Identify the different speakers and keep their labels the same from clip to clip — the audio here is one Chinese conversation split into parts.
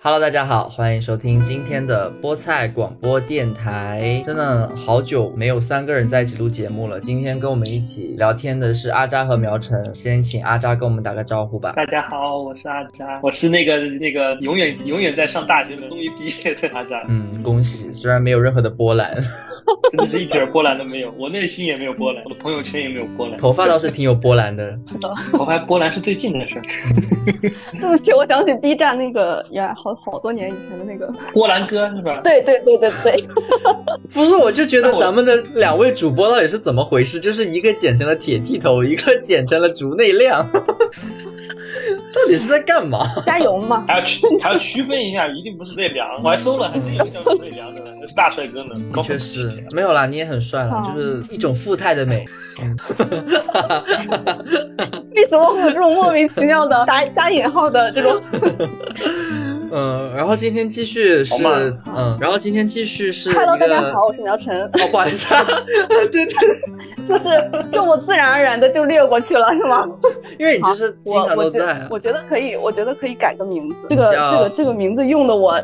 Speaker 1: Hello，大家好，欢迎收听今天的菠菜广播电台。真的好久没有三个人在一起录节目了。今天跟我们一起聊天的是阿扎和苗晨，先请阿扎跟我们打个招呼吧。
Speaker 2: 大家好，我是阿扎，我是那个那个永远永远在上大学的，终于毕业的阿扎，
Speaker 1: 嗯，恭喜，虽然没有任何的波澜，
Speaker 2: 真的是一点波澜都没有，我内心也没有波澜，我的朋友圈也没有波澜，
Speaker 1: 头发倒是挺有波澜的。
Speaker 2: 头发波澜是最近的事儿。
Speaker 3: 对不 起，我想起 B 站那个呀，好好多年以前的 那个。
Speaker 2: 波澜哥是吧？
Speaker 3: 对对对对对，
Speaker 1: 不是，我就觉
Speaker 2: 那
Speaker 1: 得
Speaker 2: 我
Speaker 1: 咱们的两位主播到底是怎么回事？就是一个剪成了铁剃头，一个剪成了竹内 亮，到底是在干嘛？
Speaker 3: 加油嘛！
Speaker 2: 还要区还要区分一下，一定不是这良，我还搜了，还真有个叫这良的，那是大帅哥呢。
Speaker 1: 的确是没有啦，你也很帅啦，
Speaker 3: 好
Speaker 1: 就是一种富态的美。
Speaker 3: 为什么会有这种莫名其妙 的打加引号的这种？
Speaker 1: 嗯，然后今天继续是
Speaker 2: 好嘛
Speaker 1: 嗯，然后今天继续是
Speaker 3: Hello，
Speaker 1: 一个
Speaker 3: 大家好，我是苗晨。
Speaker 1: 哦，不好意思啊， 对对，
Speaker 3: 就是就我自然而然的就略过去了，是吗？
Speaker 1: 因为你就是 经
Speaker 3: 我
Speaker 1: 常
Speaker 3: 我
Speaker 1: 都
Speaker 3: 觉
Speaker 1: 在啊，
Speaker 3: 我觉得可以，我觉得可以改个名字。这个
Speaker 1: 叫
Speaker 3: 这个这个名字用的我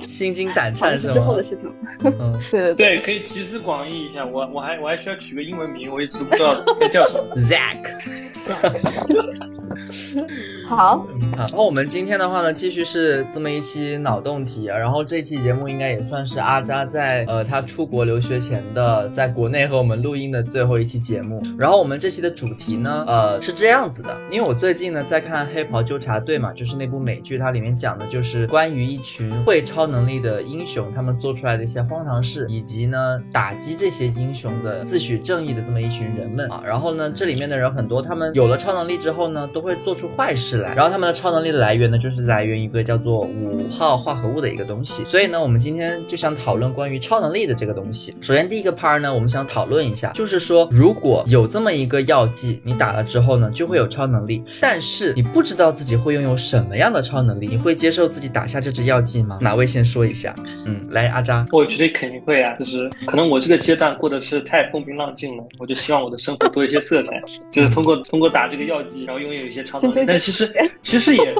Speaker 1: 心惊胆
Speaker 3: 好
Speaker 1: 战
Speaker 3: 像
Speaker 1: 是
Speaker 3: 是之
Speaker 1: 吗
Speaker 3: 后？的事情。
Speaker 1: 嗯
Speaker 3: 对对对，
Speaker 2: 对，可以集思广益一下。我我还我还需要取个英文名，我一直都不知道该叫什么。
Speaker 1: ，Zack。
Speaker 3: 好，
Speaker 1: 嗯好，然后我们今天的话呢，继续是这么一期脑洞题啊，然后这期节目应该也算是阿扎在呃他出国留学前的，在国内和我们录音的最后一期节目。然后我们这期的主题呢，呃是这样子的，因为我最近呢在看《黑袍纠察队》嘛，就是那部美剧，它里面讲的就是关于一群会超能力的英雄，他们做出来的一些荒唐事，以及呢打击这些英雄的自诩正义的这么一群人们啊。然后呢，这里面的人很多，他们有了超能力之后呢，都会做出坏事来。然后他们的超能力的来源呢，就是来源于一个叫做五号化合物的一个东西。所以呢，我们今天就想讨论关于超能力的这个东西。首先第一个 part 呢，我们想讨论一下，就是说如果有这么一个药剂，你打了之后呢，就会有超能力，但是你不知道自己会拥有什么样的超能力，你会接受自己打下这支药剂吗？哪位先说一下？嗯，来阿扎。
Speaker 2: 我觉得肯定会啊，就是可能我这个阶段过得是太风平浪静了，我就希望我的生活多一些色彩，就是通过通过打这个药剂，然后拥有一些超能力
Speaker 3: 先。
Speaker 2: 但其实其实也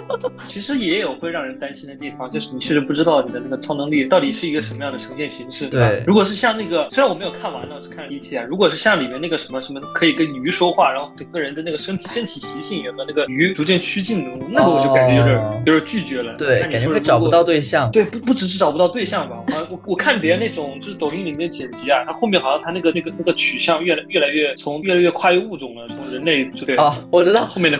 Speaker 2: 其实也有会让人担心的地方，就是你确实不知道你的那个超能力到底是一个什么样的呈现形式。
Speaker 1: 对
Speaker 2: 吧如果是像那个，虽然我没有看完呢，我只看了一期啊。如果是像里面那个什么什么可以跟鱼说话，然后整个人的那个身体身体习性也和那个鱼逐渐趋近的，那个我就感觉有点、
Speaker 1: 哦
Speaker 2: 有点拒绝了。
Speaker 1: 对，
Speaker 2: 那
Speaker 1: 感
Speaker 2: 你
Speaker 1: 觉
Speaker 2: 说
Speaker 1: 会
Speaker 2: 如
Speaker 1: 找不
Speaker 2: 果
Speaker 1: 到对象。
Speaker 2: 对，不不只是找不到对象吧，呃我我我看别
Speaker 3: 嗯
Speaker 2: 人那种就是抖音里面的剪辑啊，他后面好像他那个那个那个取向越来越来越从越来越跨越物种了，从人类就对，
Speaker 1: 哦，我知道，
Speaker 2: 后面的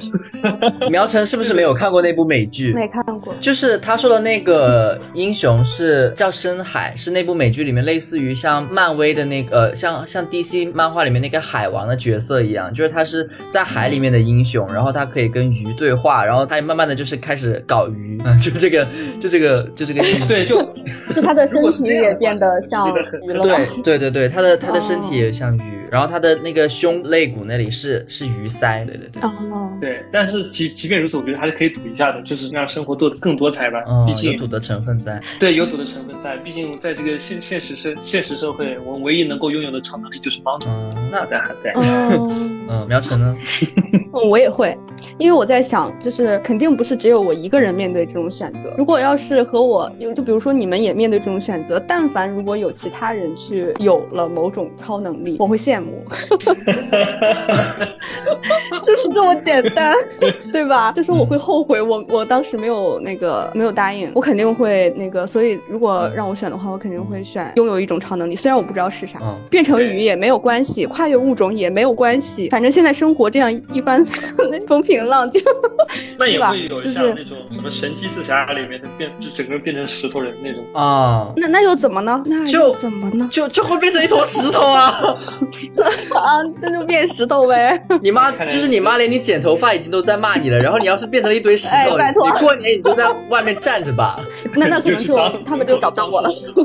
Speaker 1: 苗晨是不是没有看过那部美剧？
Speaker 3: 没看过。
Speaker 1: 就是他说的那个英雄是叫深海，是那部美剧里面类似于像漫威的那个，呃、像像 DC 漫画里面那个海王的角色一样，就是他是在海里面的英雄，然后他可以跟鱼对话，然后他也慢慢的就是开始搞 鱼，嗯，就这个就这个就这个意思。
Speaker 2: 对就
Speaker 3: 是他的
Speaker 2: 如
Speaker 3: 身
Speaker 2: 果是
Speaker 3: 体
Speaker 2: 这样的
Speaker 3: 也
Speaker 2: 话
Speaker 3: 变得像
Speaker 2: 觉得很
Speaker 3: 鱼了吗？
Speaker 1: 对对对对，他的他的身体
Speaker 3: 哦
Speaker 1: 也像鱼，然后他的那个胸肋骨那里是是鱼鳃，对对对。
Speaker 3: 哦，
Speaker 2: 对，但是即即便如此，我觉得还是可以赌一下的，就是让生活多更多彩吧，
Speaker 1: 嗯
Speaker 2: 毕，
Speaker 1: 有
Speaker 2: 竟
Speaker 1: 土的成分在。
Speaker 2: 对有赌的成分在，毕竟在这个现现实社现实社会，我唯一能够拥有的超能力就是帮助
Speaker 1: 嗯，那
Speaker 2: 大家，对。
Speaker 3: 嗯。
Speaker 1: 嗯，苗晨呢？
Speaker 3: 嗯，我也会，因为我在想，就是肯定不是只有我一个人面对这种选择。如果要是和我有，就比如说你们也面对这种选择，但凡如果有其他人去有了某种超能力，我会羡慕， 就是这么简单， 对吧？就是我会后悔我，我当时没有那个没有答应，我肯定会那个。所以如果让我选的话，我肯定会选拥有一种超能力，虽然我不知道是啥。
Speaker 1: 嗯，
Speaker 3: 变成
Speaker 2: 对
Speaker 3: 鱼也没有关系，跨越物种也没有关系，反正现在生活这样一番 风平浪静，
Speaker 2: 那也
Speaker 3: 对吧
Speaker 2: 会有
Speaker 3: 就
Speaker 2: 像
Speaker 3: 是
Speaker 2: 那种什么神奇四侠里面的变，就整个人变成石头人那种。
Speaker 1: 啊，
Speaker 3: 那那又怎么呢？那
Speaker 1: 就
Speaker 3: 又怎么呢？
Speaker 1: 就就会变成一坨石头啊！
Speaker 3: 啊，那就变石头呗。
Speaker 1: 你妈
Speaker 2: 看来
Speaker 1: 就是你妈，连你剪头发已经都在骂你了。然后你要是变成了一堆石头，
Speaker 3: 哎拜托
Speaker 1: 你过年你就在外面站着吧。
Speaker 3: 那那可能
Speaker 2: 是
Speaker 3: 就
Speaker 2: 当
Speaker 3: 他们就找不到我了。。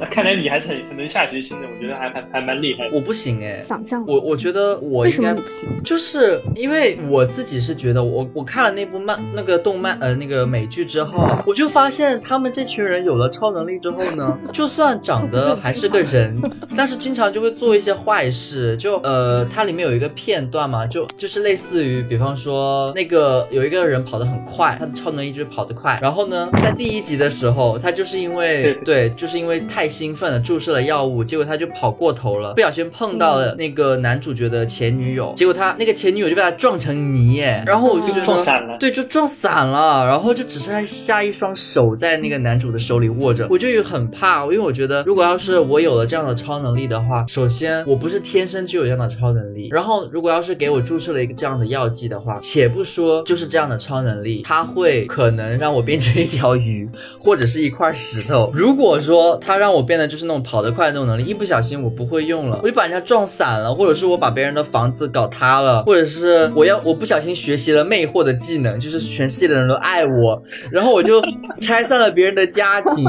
Speaker 2: 那看来你还是很很能下决心的，我觉得还还还蛮厉害的。
Speaker 1: 我不行哎、
Speaker 3: 想象
Speaker 1: 我我觉得我
Speaker 3: 为
Speaker 1: 应
Speaker 3: 什么
Speaker 1: 该
Speaker 3: 你不行？
Speaker 1: 就就是因为我自己是觉得我，我看了那部漫那个动漫呃那个美剧之后，我就发现他们这群人有了超能力之后呢，就算长得还是个人，但是经常就会做一些坏事。就呃，它里面有一个片段嘛，就就是类似于，比方说那个有一个人跑得很快，他的超能力就是跑得快。然后呢，在第一集的时候，他就是因为
Speaker 2: 对
Speaker 1: 对，就是因为太兴奋了，注射了药物，结果他就跑过头了，不小心碰到了那个男主角的前女友，结果他那个前女友就被他撞成泥耶，然后我就觉得
Speaker 2: 撞散了。
Speaker 1: 对，就撞散了，然后就只剩下一双手在那个男主的手里握着，我就很怕，因为我觉得如果要是我有了这样的超能力的话，首先我不是天生就有这样的超能力，然后如果要是给我注射了一个这样的药剂的话，且不说就是这样的超能力，它会可能让我变成一条鱼或者是一块石头。如果说它让我变得就是那种跑得快的那种能力，一不小心我不会用了，我就把人家撞散了，或者是我把别人的房子搞塌了，或者是我要我不小心学习了魅惑的技能，就是全世界的人都爱我，然后我就拆散了别人的家庭，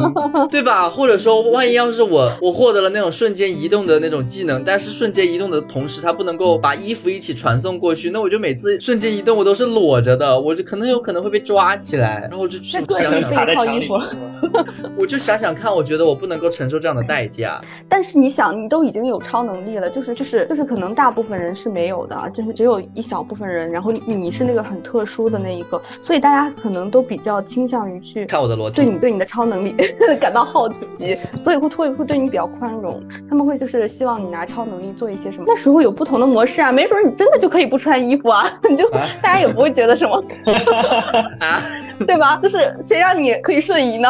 Speaker 1: 对吧？或者说，万一要是我我获得了那种瞬间移动的那种技能，但是瞬间移动的同时，它不能够把衣服一起传送过去，那我就每次瞬间移动我都是裸着的，我就可能有可能会被抓起来，然后我就去
Speaker 3: 那个
Speaker 1: 想
Speaker 2: 可能
Speaker 1: 想，
Speaker 2: 卡在墙里面
Speaker 3: 可以
Speaker 1: 我就想想看，我觉得我不能够承受这样的代价。
Speaker 3: 但是你想，你都已经有超能力了，就是就是就是，可能大部分人是没有的，啊就是只有一小部分人，然后你是那个很特殊的那一个，所以大家可能都比较倾向于去
Speaker 1: 看我的裸
Speaker 3: 对
Speaker 1: 体，
Speaker 3: 你对你的超能力 感到好奇，所以会会会对你比较宽容，他们会就是希望你拿超能力做一些什么。那时候有不同的模式啊，没准你真的就可以不穿衣服啊， 你就
Speaker 1: 啊
Speaker 3: 大家也不会觉得 什么，
Speaker 1: 啊
Speaker 3: 对吧？就是谁让你可以瞬移呢？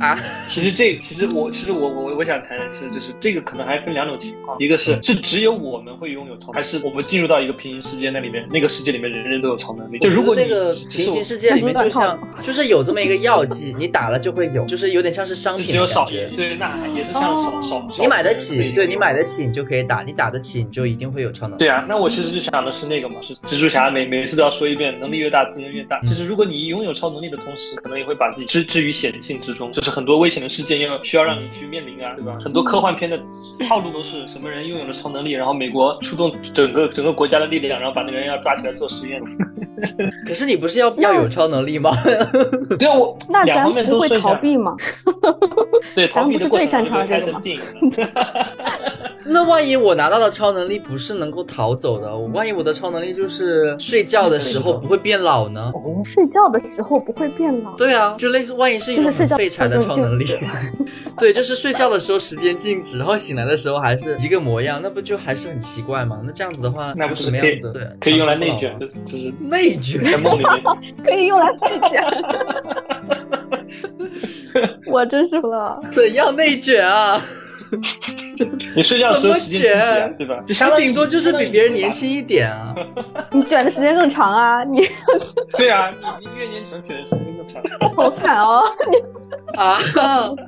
Speaker 1: 啊，
Speaker 2: 其实这其实我其实我我我想谈的是，就是这个可能还分两种情况，一个是是只有我们会拥有超能力，还是我们进入到一个平行世界那里面，那个世界里面人人都有超 能力。就如果
Speaker 1: 我
Speaker 2: 你
Speaker 1: 觉得那个
Speaker 2: 只
Speaker 1: 平
Speaker 2: 是我
Speaker 1: 行世界里面，
Speaker 3: 那
Speaker 1: 就
Speaker 3: 你
Speaker 1: 像就是有这么一个药剂，你打了就会有，就是有点像是商
Speaker 2: 就
Speaker 1: 品
Speaker 2: 只有
Speaker 1: 的感
Speaker 2: 少
Speaker 1: 觉。
Speaker 2: 对，那还也是像少少少，
Speaker 1: 你买得
Speaker 2: 可
Speaker 1: 起，
Speaker 2: 以
Speaker 1: 对你买得起，你就可以打；你打得起，你就一定会有超能力。
Speaker 2: 对啊，那我其实就想的是那个嘛，是蜘蛛侠每每次都要说一遍，能力越大责任越
Speaker 3: 嗯
Speaker 2: 大。就是如果你拥有超能力的同时，可能也会把自己置置于险境之中，就是很多危险的事件要需要让你去面临啊，对吧？很多科幻片的套路都是什么人拥有了超能力，然后美国出动整个整个国家的力量，然后把那个人要抓起来做实 验。
Speaker 1: 可是你不是要要有超能力吗？
Speaker 2: 对啊，我
Speaker 3: 那
Speaker 2: 两
Speaker 3: 咱
Speaker 2: 方面
Speaker 3: 不
Speaker 2: 都啊
Speaker 3: 会
Speaker 2: 顺
Speaker 3: 逃
Speaker 2: 下，
Speaker 3: 避吗？
Speaker 2: 对逃避的过程
Speaker 3: 咱
Speaker 2: 中
Speaker 3: 不
Speaker 2: 就是会
Speaker 3: 最擅长这
Speaker 2: 开
Speaker 3: 个
Speaker 2: 始
Speaker 3: 吗
Speaker 2: 电影了。
Speaker 1: 那万一我拿到的超能力不是能够逃走的，我万一我的超能力就是睡觉的时
Speaker 2: 嗯
Speaker 1: 候不会变老呢？
Speaker 2: 哦，
Speaker 3: 睡觉的时候不会变老。
Speaker 1: 对啊，就类似，万一是一种
Speaker 3: 就是睡
Speaker 1: 很
Speaker 3: 觉
Speaker 1: 废柴的超能力
Speaker 3: 就是，
Speaker 1: 对，就是睡觉的时候时间静止，然后醒来的时候还是一个模样，那不就还是很奇怪吗？那这样子的话，
Speaker 2: 那
Speaker 1: 有
Speaker 2: 不
Speaker 1: 什
Speaker 2: 是
Speaker 1: 么
Speaker 2: 可
Speaker 1: 样
Speaker 2: 以
Speaker 1: 的？对，
Speaker 2: 可以用来内
Speaker 1: 长生
Speaker 2: 卷，
Speaker 1: 不老吗
Speaker 2: 就是就是
Speaker 1: 内卷。
Speaker 2: 在梦里 面。
Speaker 3: 可以用来配 件。我真是服了，
Speaker 1: 怎样内卷啊？
Speaker 2: 你睡觉的时候时间静止
Speaker 1: 怎么
Speaker 2: 啊
Speaker 1: 卷，
Speaker 2: 对吧？就相
Speaker 1: 我
Speaker 2: 当于
Speaker 1: 顶多就是比别人年
Speaker 2: 轻。
Speaker 1: 轻一点啊。
Speaker 3: 你卷的时间更长啊，你
Speaker 2: 对啊，你你越年轻卷的时间更长。
Speaker 3: 好惨哦。
Speaker 1: 啊，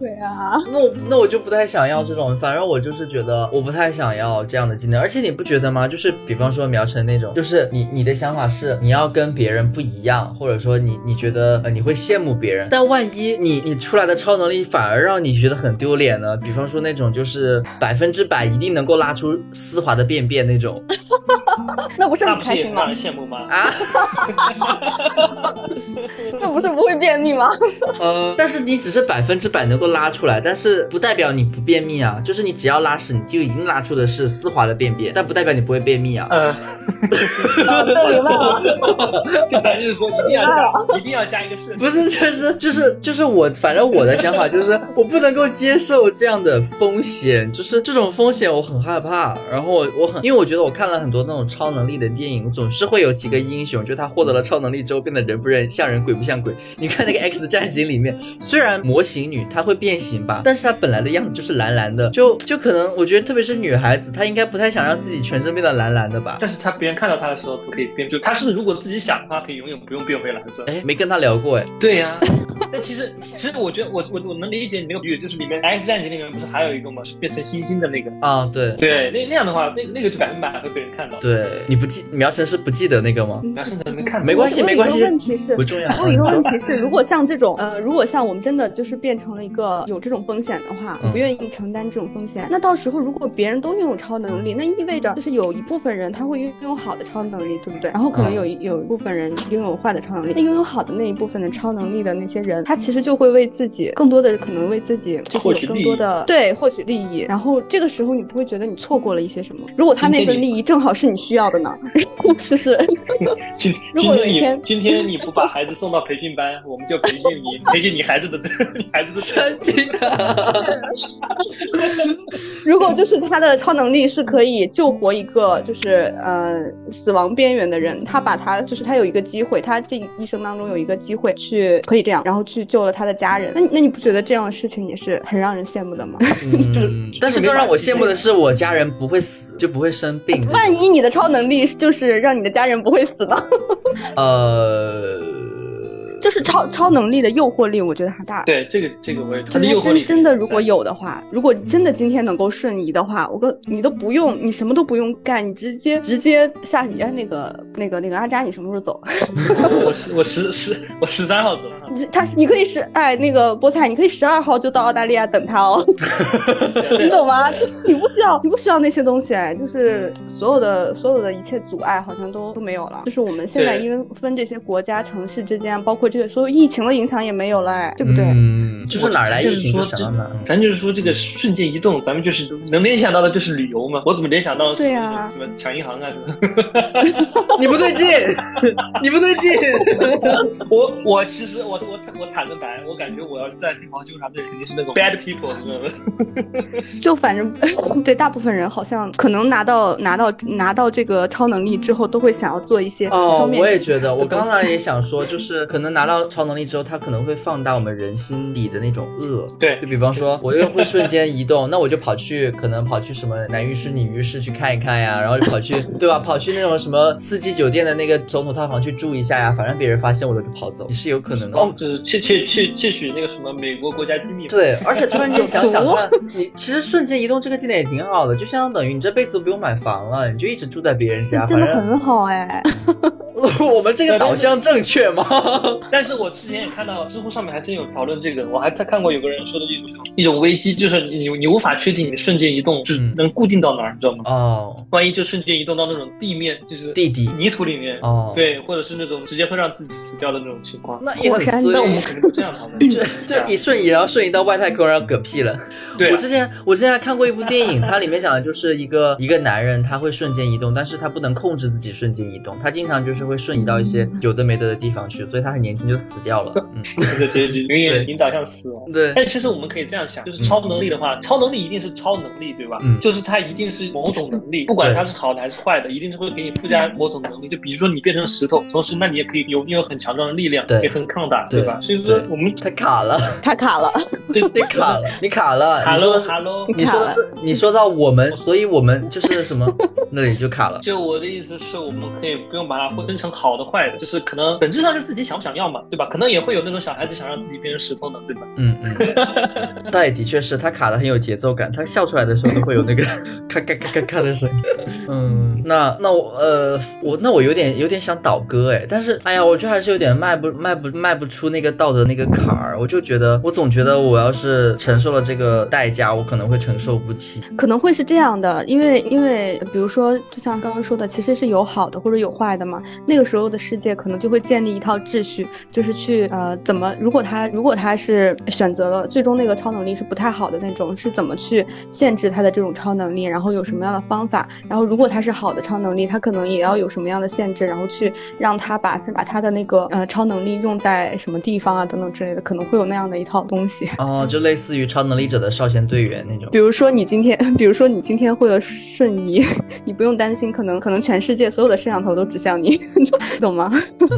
Speaker 3: 对啊，
Speaker 1: 那我那我就不太想要这种，反正我就是觉得我不太想要这样的技能。而且你不觉得吗？就是比方说苗晨那种，就是你你的想法是你要跟别人不一样，或者说你你觉得呃你会羡慕别人，但万一你你出来的超能力反而让你觉得很丢脸呢？比方说那种就是百分之百一定能够拉出丝滑的便便那种
Speaker 3: 那不是
Speaker 2: 那
Speaker 3: 很
Speaker 2: 不
Speaker 3: 开
Speaker 2: 是也
Speaker 3: 心
Speaker 2: 让
Speaker 3: 吗？
Speaker 2: 人羡慕吗？
Speaker 1: 啊。
Speaker 3: 那不是不会便 秘吗？
Speaker 1: 呃，但是你只是百分之百能够拉出来，但是不代表你不便秘啊。就是你只要拉屎，你就已经拉出的是丝滑的便便，但不代表你不会便秘啊。
Speaker 2: 呃，
Speaker 3: 嗯，对，明白了。
Speaker 2: 就咱就是说，一定要加，一定要加一个设 定。
Speaker 1: 不是，就是就是就是我，反正我的想法就是，我不能够接受这样的风险，就是这种风险我很害怕。然后我我很，因为我觉得我看了很多那种超能力的电影，总是会有几个英雄，就他获得了超能力之后变得人不人，像人鬼不像鬼。你看那个 X 战警里面，虽然模型女她会变形吧，但是她本来的样子就是蓝蓝的，就就可能我觉得特别是女孩子，她应该不太想让自己全身变得蓝蓝的吧。
Speaker 2: 但是他别人看到他的时候都可以变，就他是如果自己想的话，可以永远不用变回蓝色。
Speaker 1: 哎，没跟她聊过哎，
Speaker 2: 对呀、但其实其实我觉得我我我能理解你那个比喻，就是里面《X 战警》里面不是还有一个吗？是变成星星的那个。
Speaker 1: 啊，对
Speaker 2: 对，那那样的话，那那个就百分百会被人看到。
Speaker 1: 对，你不记苗晨是不记得那个吗？
Speaker 2: 然后甚至能看到
Speaker 1: 没关系
Speaker 3: 我有
Speaker 1: 没关系
Speaker 3: 一个问题是
Speaker 1: 不。重要。嗯
Speaker 3: 我有一个问题是，如果像这种，呃，如果像我们真的就是变成了一个有这种风险的话，
Speaker 1: 嗯
Speaker 3: 不愿意承担这种风险，那到时候如果别人都拥有超能力，那意味着就是有一部分人他会拥拥有好的超能力，对不对？然后可
Speaker 1: 嗯
Speaker 3: 能有一有一部分人拥有坏的超能力，那拥有好的那一部分的超能力的那些人，他其实就会为自己更多的可能为自己
Speaker 2: 获
Speaker 3: 就是
Speaker 2: 取
Speaker 3: 有更
Speaker 2: 利
Speaker 3: 多
Speaker 2: 益
Speaker 3: 的对获取利益。然后这个时候你不会觉得你错过了一些什么？如果他那
Speaker 2: 今
Speaker 3: 份
Speaker 2: 天你
Speaker 3: 利益正好是你需要的呢？ 就是
Speaker 2: 今
Speaker 3: 如
Speaker 2: 今
Speaker 3: 果有一
Speaker 2: 天
Speaker 3: 天
Speaker 2: 你今天你不把孩子送到培训班，我们就培训 你，培训你孩子的 你孩子的
Speaker 1: 神经啊 的，
Speaker 3: 如果就是他的超能力是可以救活一个就是呃死亡边缘的人，他把他就是他有一个机会，他这一生当中有一个机会去可以这样，然后去救了他的家人。那你那你不觉得这样的事情也是很让人羡慕的吗？
Speaker 1: 嗯但是更让我羡慕的是，我家人不会死，就不会生病。
Speaker 3: 万一你的超能力就是让你的家人不会死呢？
Speaker 1: 呃，
Speaker 3: 就是超超能力的诱惑力，我觉得还大。
Speaker 2: 对这个这个我也
Speaker 3: 就
Speaker 2: 他
Speaker 3: 是
Speaker 2: 的
Speaker 3: 它
Speaker 2: 诱惑力
Speaker 3: 真真的，如果
Speaker 2: 有。
Speaker 3: 有的话，如果真的今天能够瞬移的话，我跟你都不用，你什么都不用干，你直接直接下雨。哎，那个那个那个阿扎，你什么时候走？
Speaker 2: 我十我十十我十三号走 了，
Speaker 3: 你他你可以十哎那个菠菜，你可以十二号就到澳大利亚等他哦， 你懂吗？就是你不需要你不需要那些东西，哎，就是
Speaker 1: 嗯
Speaker 3: 所有的所有的一切阻碍好像都都没有了。就是我们现在
Speaker 2: 对
Speaker 3: 因为分这些国家城市之间，包括这个所有疫情的影响也没有了，哎，对不对？
Speaker 1: 嗯，就是哪儿来疫情
Speaker 2: 就
Speaker 1: 就是想
Speaker 2: 说
Speaker 1: 到哪儿。
Speaker 2: 咱就是说这个瞬间移动，咱们就是能联想到的就是旅游嘛。我怎么联想到
Speaker 3: 对啊
Speaker 2: 什么抢银行啊什么？
Speaker 1: 你不对劲， 你不对劲。
Speaker 2: 我我其实我我我坦着白，我感觉我要是在银行纠察队，肯定是那种 bad people，你知道吗？
Speaker 3: 就反正 对大部分人好像可能拿到拿到拿到这个超能力之后，都会想要做一些
Speaker 1: 哦
Speaker 3: 双，面。
Speaker 1: 我也觉得，我刚才也想说，就是可能拿到超能力之后，它可能会放大我们人心里的那种恶。
Speaker 2: 对
Speaker 1: 就比方说，我又会瞬间移动，那我就跑去可能跑去什么男浴室、女浴室去看一看呀，然后就跑去对吧？跑去那种什么四季酒店的那个总统套房去住一下呀，反正别人发现我了就跑走，也是有可能的。
Speaker 2: 哦，就是窃窃窃窃取那个什么美国国家机密嘛。
Speaker 1: 对，而且突然间想想看，你其实瞬间移动这个技能也挺好的，就相当于你这辈子都不用买房了，你就一直住在别人家，
Speaker 3: 真的
Speaker 1: 反正
Speaker 3: 很好哎，
Speaker 1: 我们这个导向正确吗？
Speaker 2: 但是我之前也看到知乎上面还真有讨论这个，我还在看过有个人说的一种一种危机，就是你你无法确定你瞬间移动是
Speaker 1: 嗯
Speaker 2: 能固定到哪儿，你知道吗？
Speaker 1: 哦，
Speaker 2: 万一就瞬间移动到那种地面，就是
Speaker 1: 弟弟，
Speaker 2: 泥土里面，
Speaker 1: 哦，，
Speaker 2: 对，或者是那种直接会让自己死掉的那种情况。
Speaker 1: 那也很
Speaker 3: 火山
Speaker 1: 衰。
Speaker 2: 但我们肯定不这样讨 论，
Speaker 1: 就就一瞬移，然后瞬移到外太空，然后嗝屁了。
Speaker 2: 对啊
Speaker 1: 我之前我之前还看过一部电影，它里面讲的就是一个一个男人他会瞬间移动，但是他不能控制自己瞬间移动，他经常就是会瞬移到一些有的没的的地方去，所以他很年轻就死掉 了。嗯，
Speaker 2: 这个结 局永
Speaker 1: 对
Speaker 2: 远引导向死亡。
Speaker 1: 对，
Speaker 2: 但其实我们可以这样想，就是超能力的话，超能力一定是超能力，对吧？
Speaker 1: 嗯
Speaker 2: 就是它一定是某种能力，不管
Speaker 1: 对
Speaker 2: 它是好的还是坏的，一定是会给你附加某种能力。就比如说你变成石头，同时那你也可以有你有很强壮的力量
Speaker 1: 对，
Speaker 2: 也很抗打，
Speaker 1: 对
Speaker 2: 吧？所以说
Speaker 1: 对
Speaker 2: 我们
Speaker 1: 他卡了，
Speaker 3: 他卡了，
Speaker 2: 对
Speaker 1: 你卡了，你卡了，你说
Speaker 2: ，hello
Speaker 1: 的是
Speaker 2: hello，
Speaker 1: 你说的是你说到我们，所以我们就是什么那里就卡了。
Speaker 2: 就我的意思是，我们可以不用把它分成好的坏的，就是可能本质上是自己想不想要嘛，对吧？可能也会有那种小孩子想让自己变成石头呢，对吧？
Speaker 1: 嗯嗯，但也的确是他卡的很有节奏感，他笑出来的时候都会有那个咔咔咔咔咔的声音。嗯，那那我呃我那我有点有点想倒戈哎，但是哎呀，我就还是有点迈不迈不迈不出那个道德那个坎儿，我就觉得我总觉得我要是承受了这个代价，我可能会承受不起。
Speaker 3: 可能会是这样的，因为因为比如说，就像刚刚说的，其实是有好的或者有坏的嘛。那个时候的世界可能就会建立一套秩序，就是去呃怎么，如果他如果他是选择了最终那个超能力是不太好的那种，是怎么去限制他的这种超能力，然后有什么样的方法，然后如果他是好的超能力，他可能也要有什么样的限制，然后去让他把把他的那个呃超能力用在什么地方啊等等之类的，可能会有那样的一套东西。
Speaker 1: 哦，就类似于超能力者的少先队员那种
Speaker 3: 比。如说你今天， 比如说你今天会了瞬移， 你不用担心，可能可能全世界所有的摄像头都指向你， 懂吗？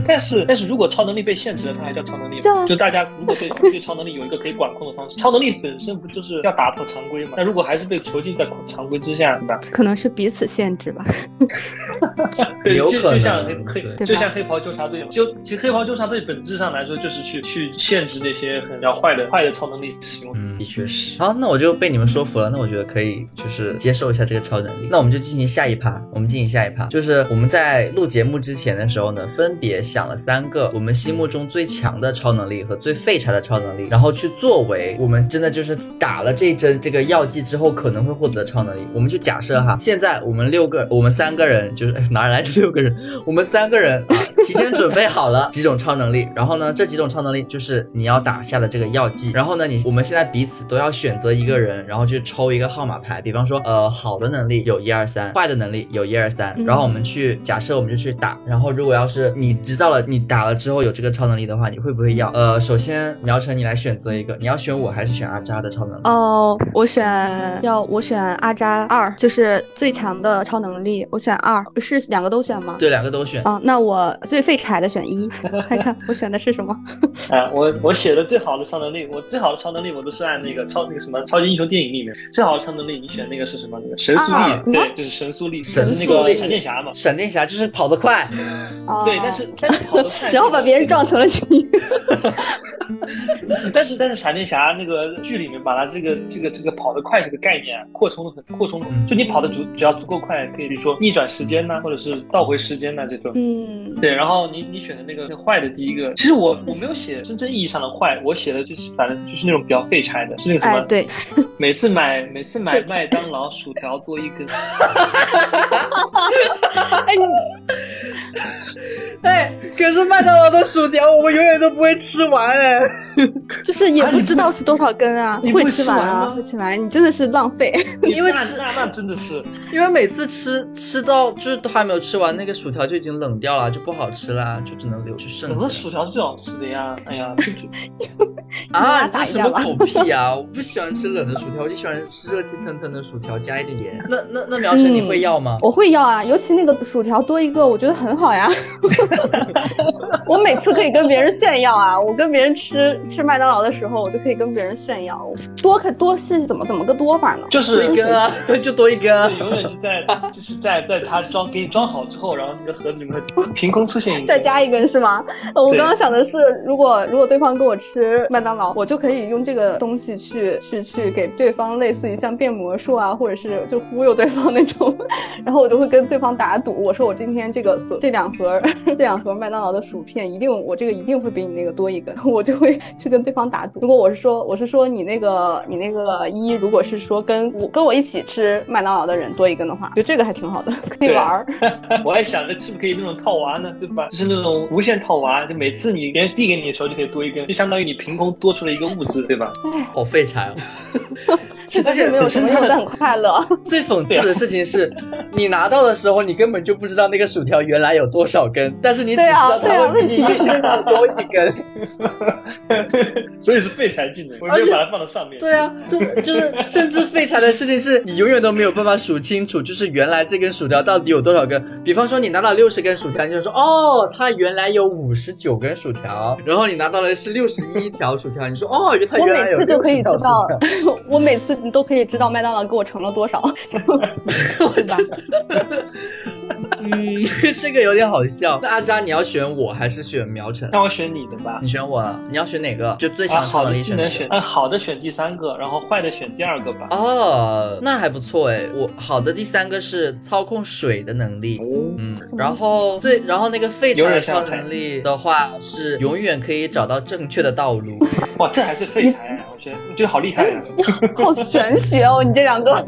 Speaker 2: 但是但是如果超能力被限制了，它还叫超能力
Speaker 3: 对
Speaker 2: 吗？
Speaker 3: 啊
Speaker 2: 就大家如果对 对超能力有一个可以管控的方式，超能力本身不就是要打破常规嘛？那如果还是被囚禁在常规之下，对 吧？
Speaker 3: 可能是彼此限制吧。
Speaker 2: 对，
Speaker 1: 有
Speaker 2: 就
Speaker 1: 可
Speaker 2: 就像
Speaker 1: 能
Speaker 2: 黑
Speaker 1: 对
Speaker 2: 黑，就像黑袍纠察队，就其实黑袍纠察队本质上来说就是去去限制那些很要坏的坏的超能力使用。
Speaker 1: 嗯，的确是。好，那我就被你们说服了。那我觉得可以，就是接受一下这个超能力。那我们就进行下一趴，我们进行下一趴，就是我们在录节目之前的时候呢，分别想了三个我们心目中最强的超能力和最废柴的超能力，然后去作为我们真的就是打了这针这个药剂之后可能会获得的超能力。我们们就假设哈，现在我们六个，我们三个人就是、 哎、哪来的六个人？我们三个人啊，提前准备好了 几种超能力，然后呢，这几种超能力就是你要打下的这个药剂，然后呢，你我们现在彼此都要选择一个人，然后去抽一个号码牌，比方说呃好的能力有一二三，坏的能力有一二三，然后我们去假设我们就去打，然后如果要是你知道了你打了之后有这个超能力的话，你会不会要？呃，首先苗晨你来选择一个，你要选我还是选阿扎的超能力？
Speaker 3: 哦，我选要我选阿扎二，就是最强的超能力，我选二，是两个都选吗？
Speaker 1: 对，两个都选。
Speaker 3: 啊、那我最废柴的选一， 看看我选的是什么？
Speaker 2: 哎，我我写的最好的超能力，我最好的超能力我都是按那个超那个什么超级英雄电影里面最好的超能力，你选那个是什么？那个神速
Speaker 3: 啊
Speaker 2: 力，
Speaker 3: 什么
Speaker 2: 对，就是神速力，
Speaker 1: 神
Speaker 2: 就是那
Speaker 1: 速力
Speaker 2: 个闪电侠嘛。
Speaker 1: 闪电侠就是跑得快，
Speaker 3: 哦
Speaker 2: 对，但是 但是跑得快，
Speaker 3: 然后把别人撞成了你。
Speaker 2: 但是但是闪电侠那个剧里面把他这个这个这个跑得快这个概念啊扩充的很扩充得很，
Speaker 1: 嗯
Speaker 2: 就你跑得足只要足够快，可以比如说逆转时间呐、或者是倒回时间呐、这种。
Speaker 3: 嗯，
Speaker 2: 对，然后你你选的那个那个坏的第一个，其实我
Speaker 1: 嗯
Speaker 2: 我没有写真正意义上的坏，我写的就是反正就是那种比较废柴的，是那个什么，
Speaker 3: 哎，对，
Speaker 2: 每次买每次买
Speaker 3: 废柴
Speaker 2: 麦当劳薯条多一根，
Speaker 3: 哎，你
Speaker 1: 哎，可是麦当劳的薯条我们永远都不会吃完哎。
Speaker 3: 就是也不知道是多少根啊，
Speaker 2: 你不
Speaker 3: 会
Speaker 2: 会
Speaker 3: 吃
Speaker 2: 吃
Speaker 3: 完
Speaker 2: 完
Speaker 3: 啊，
Speaker 2: 吗
Speaker 3: 会吃完，你真的是浪费。
Speaker 1: 因为
Speaker 2: 那
Speaker 1: 吃
Speaker 2: 那那真的是，
Speaker 1: 因为每次吃吃到就是都还没有吃完，那个薯条就已经冷掉了，就不好吃啦，就只能留去剩
Speaker 2: 怎
Speaker 1: 着
Speaker 2: 么薯条是最好吃的呀？哎呀，这这
Speaker 1: 啊！
Speaker 3: 你们俩
Speaker 1: 你这
Speaker 3: 打
Speaker 1: 什
Speaker 3: 架
Speaker 1: 么
Speaker 3: 吧
Speaker 1: 狗屁啊！我不喜欢吃冷的薯条，我就喜欢吃热气腾腾的薯条，加一点盐。那那那苗晨你会要吗？
Speaker 3: 我会要啊，尤其那个薯条多一个，我觉得很好呀。我每次可以跟别人炫耀啊，我跟别人吃吃麦当劳的时候，我就可以跟别人炫耀，多可多是怎么怎么个多法呢？
Speaker 2: 就是
Speaker 1: 多一根啊， 就多一根啊
Speaker 2: 对，。永远是在就是在在它装给你装好之后，然后那个盒子里面会凭空出现一个
Speaker 3: 再加一根是吗？呃我
Speaker 2: 对
Speaker 3: 刚刚想的是，如果如果对方跟我吃麦当劳，我就可以用这个东西去去去给对方类似于像变魔术啊，或者是就忽悠对方那种， 然后我就会跟对方打赌，我说我今天这个所这两盒 这两盒麦当劳的薯片一定我这个一定会比你那个多一根， 我就会去跟对方打赌。如果我是说我是说你那个你那个一，如果是说跟我跟我一起吃麦当劳的人多一根的话，就这个还挺好的，可以
Speaker 2: 对
Speaker 3: 玩儿。
Speaker 2: 我还想着是不是可以那种套娃呢，对吧？就是那种无限套娃，就每次你别人递给你的时候就可以多一根，就相当于你凭空多出了一个物质，对吧？
Speaker 1: 好废柴哦！
Speaker 3: 确实是没有什么用，但很快乐。
Speaker 1: 最讽刺的事情是，你拿到的时候，你根本就不知道那个薯条原来有多少根，但是你只
Speaker 3: 对
Speaker 1: 知
Speaker 3: 啊
Speaker 1: 道
Speaker 3: 对啊
Speaker 1: 它会比你
Speaker 3: 问
Speaker 1: 预
Speaker 3: 题就是
Speaker 1: 想的多一根。
Speaker 2: 所以是废柴技能，我
Speaker 1: 而
Speaker 2: 没
Speaker 1: 且
Speaker 2: 有把它放到上面。
Speaker 1: 对啊，这就是甚至废柴的事情，是你永远都没有办法数清楚，就是原来这根薯条到底有多少根。比方说，你拿到六十根薯条，你就说哦，它原来有五十九根薯条，然后你拿到的是六十一条薯条，你说哦，它
Speaker 3: 我
Speaker 1: 原来
Speaker 3: 每
Speaker 1: 有
Speaker 3: 次就可以
Speaker 1: 60
Speaker 3: 知
Speaker 1: 条薯
Speaker 3: 道
Speaker 1: 条。，
Speaker 3: 我每次都可以知道麦当劳给我盛了多少，对吧？
Speaker 1: 嗯， 这个有点好笑。那阿扎，你要选我还是选苗晨？
Speaker 2: 那我选你的吧
Speaker 1: 你。选我了，你要选哪个？就最
Speaker 2: 啊，
Speaker 1: 强超
Speaker 2: 好
Speaker 1: 能
Speaker 2: 的
Speaker 1: 力
Speaker 2: 技
Speaker 1: 选哪
Speaker 2: 能
Speaker 1: 个？
Speaker 2: 选，啊，好的选第三个，然后坏的选第二个吧。
Speaker 1: 哦，那还不错哎。我好的第三个是操控水的能力。
Speaker 2: 哦
Speaker 1: 嗯，然后最然后那个废柴
Speaker 2: 有
Speaker 1: 的
Speaker 2: 点像
Speaker 1: 超能力的话是永远可以找到正确的道路。
Speaker 2: 哇，这还是废柴啊！我觉得我觉得好厉害
Speaker 1: 哎
Speaker 2: 啊！
Speaker 3: 好玄学哦，你这两个，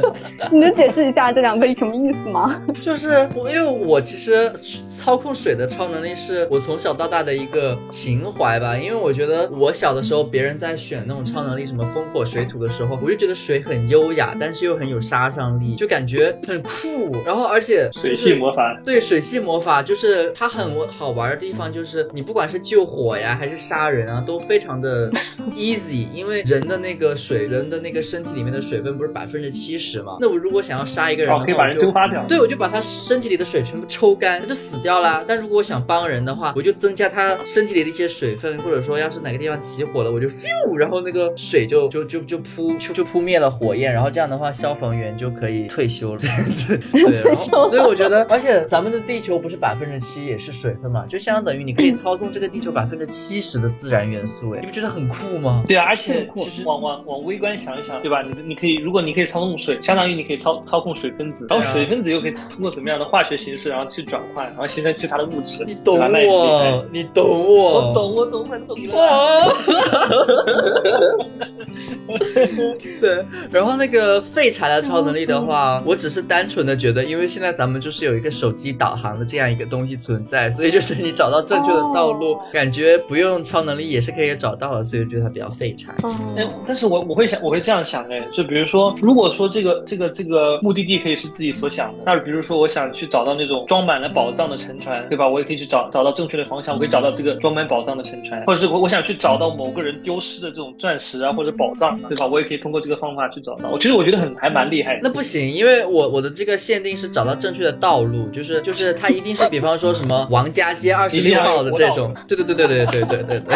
Speaker 3: 你能解释一下这两个什么意思吗？
Speaker 1: 就是我，因为我其实操控水的超能力是我从小到大的一个情怀吧。因为我觉得我小的时候，别人在选那种超能力，什么风火水土的时候，我就觉得水很优雅，但是又很有杀伤力，就感觉很酷。然后而且就是
Speaker 2: 水系魔法，
Speaker 1: 对水系魔法，就是它很
Speaker 2: 嗯
Speaker 1: 好玩的地方，就是你不管是救火呀，还是杀人啊，都非常 的 easy，因为人的那个水，人的那个身体里面的水分不是百分之七十嘛？那我如果想要杀一个人的
Speaker 2: 哦
Speaker 1: 话，，
Speaker 2: 可以把人
Speaker 1: 我就
Speaker 2: 蒸发掉。
Speaker 1: 对，我就把他身体里的水全部抽干，他就死掉啦。但如果我想帮人的话，我就增加他身体里的一些水分，或者说要是哪个地方起火了，我就 fiu，然后那个水就就就就扑就就扑灭了火焰，然后这样的话，消防员就可以退休了。这样子，对，然后所以我觉得，而且咱们的地球不是百分之七也是水分嘛，就相等于你可以操纵这个地球百分之七十的自然元素，哎，你不觉得很酷吗？
Speaker 2: 对啊，而
Speaker 3: 这么
Speaker 2: 且
Speaker 3: 酷
Speaker 2: 其实往往往微观想一想，对吧？你你可以，如果你可以操控水，相当于你可以操操控水分子，然后
Speaker 1: 对啊
Speaker 2: 水分子又可以通过怎么样的化学形式，然后去转换，然后形成其他的物质。
Speaker 1: 你懂
Speaker 2: 对吧那也是哎厉害
Speaker 1: 我，你懂我，啊
Speaker 2: 我懂，我懂，我懂了。
Speaker 1: 哇！ 对，然后那个废柴的超能力的
Speaker 2: 嗯
Speaker 1: 话，我只是单纯的觉得，因为现在咱们就是有一个手机导航的这样一个东西存在，所以就是你找到正确的道路，
Speaker 3: 哦
Speaker 1: 感觉不用超能力也是可以找到的，所以觉得它比较废柴。
Speaker 2: 哎
Speaker 3: 哦，，
Speaker 2: 但是我我会想，我会这样想哎，就比如说，如果说这个这个这个目的地可以是自己所想的，那比如说我想去找到那种装满了宝藏的沉船，对吧？我也可以去找找到正确的方向，我可以找到这个装满宝藏的沉船，或者是我我想去找到某个人丢失的这种钻石啊或者宝藏，对吧？我也可以通过这个方法去找到。我其实我觉得很还蛮厉 害的。
Speaker 1: 那不行，因为我我的这个限定是找到正确的道路，就是就是它一定是，比方说什么王家街二十
Speaker 2: 一定
Speaker 1: 六
Speaker 2: 要有
Speaker 1: 号的
Speaker 2: 国
Speaker 1: 这
Speaker 2: 道
Speaker 1: 种，对对对对对对对对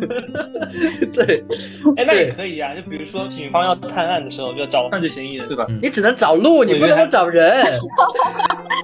Speaker 1: 对对，
Speaker 2: 哎，那也
Speaker 1: 对
Speaker 2: 可以啊，就比如说警方要探案的时候，就要找犯罪嫌疑人，对吧？
Speaker 1: 你只能找路，你不能够找人。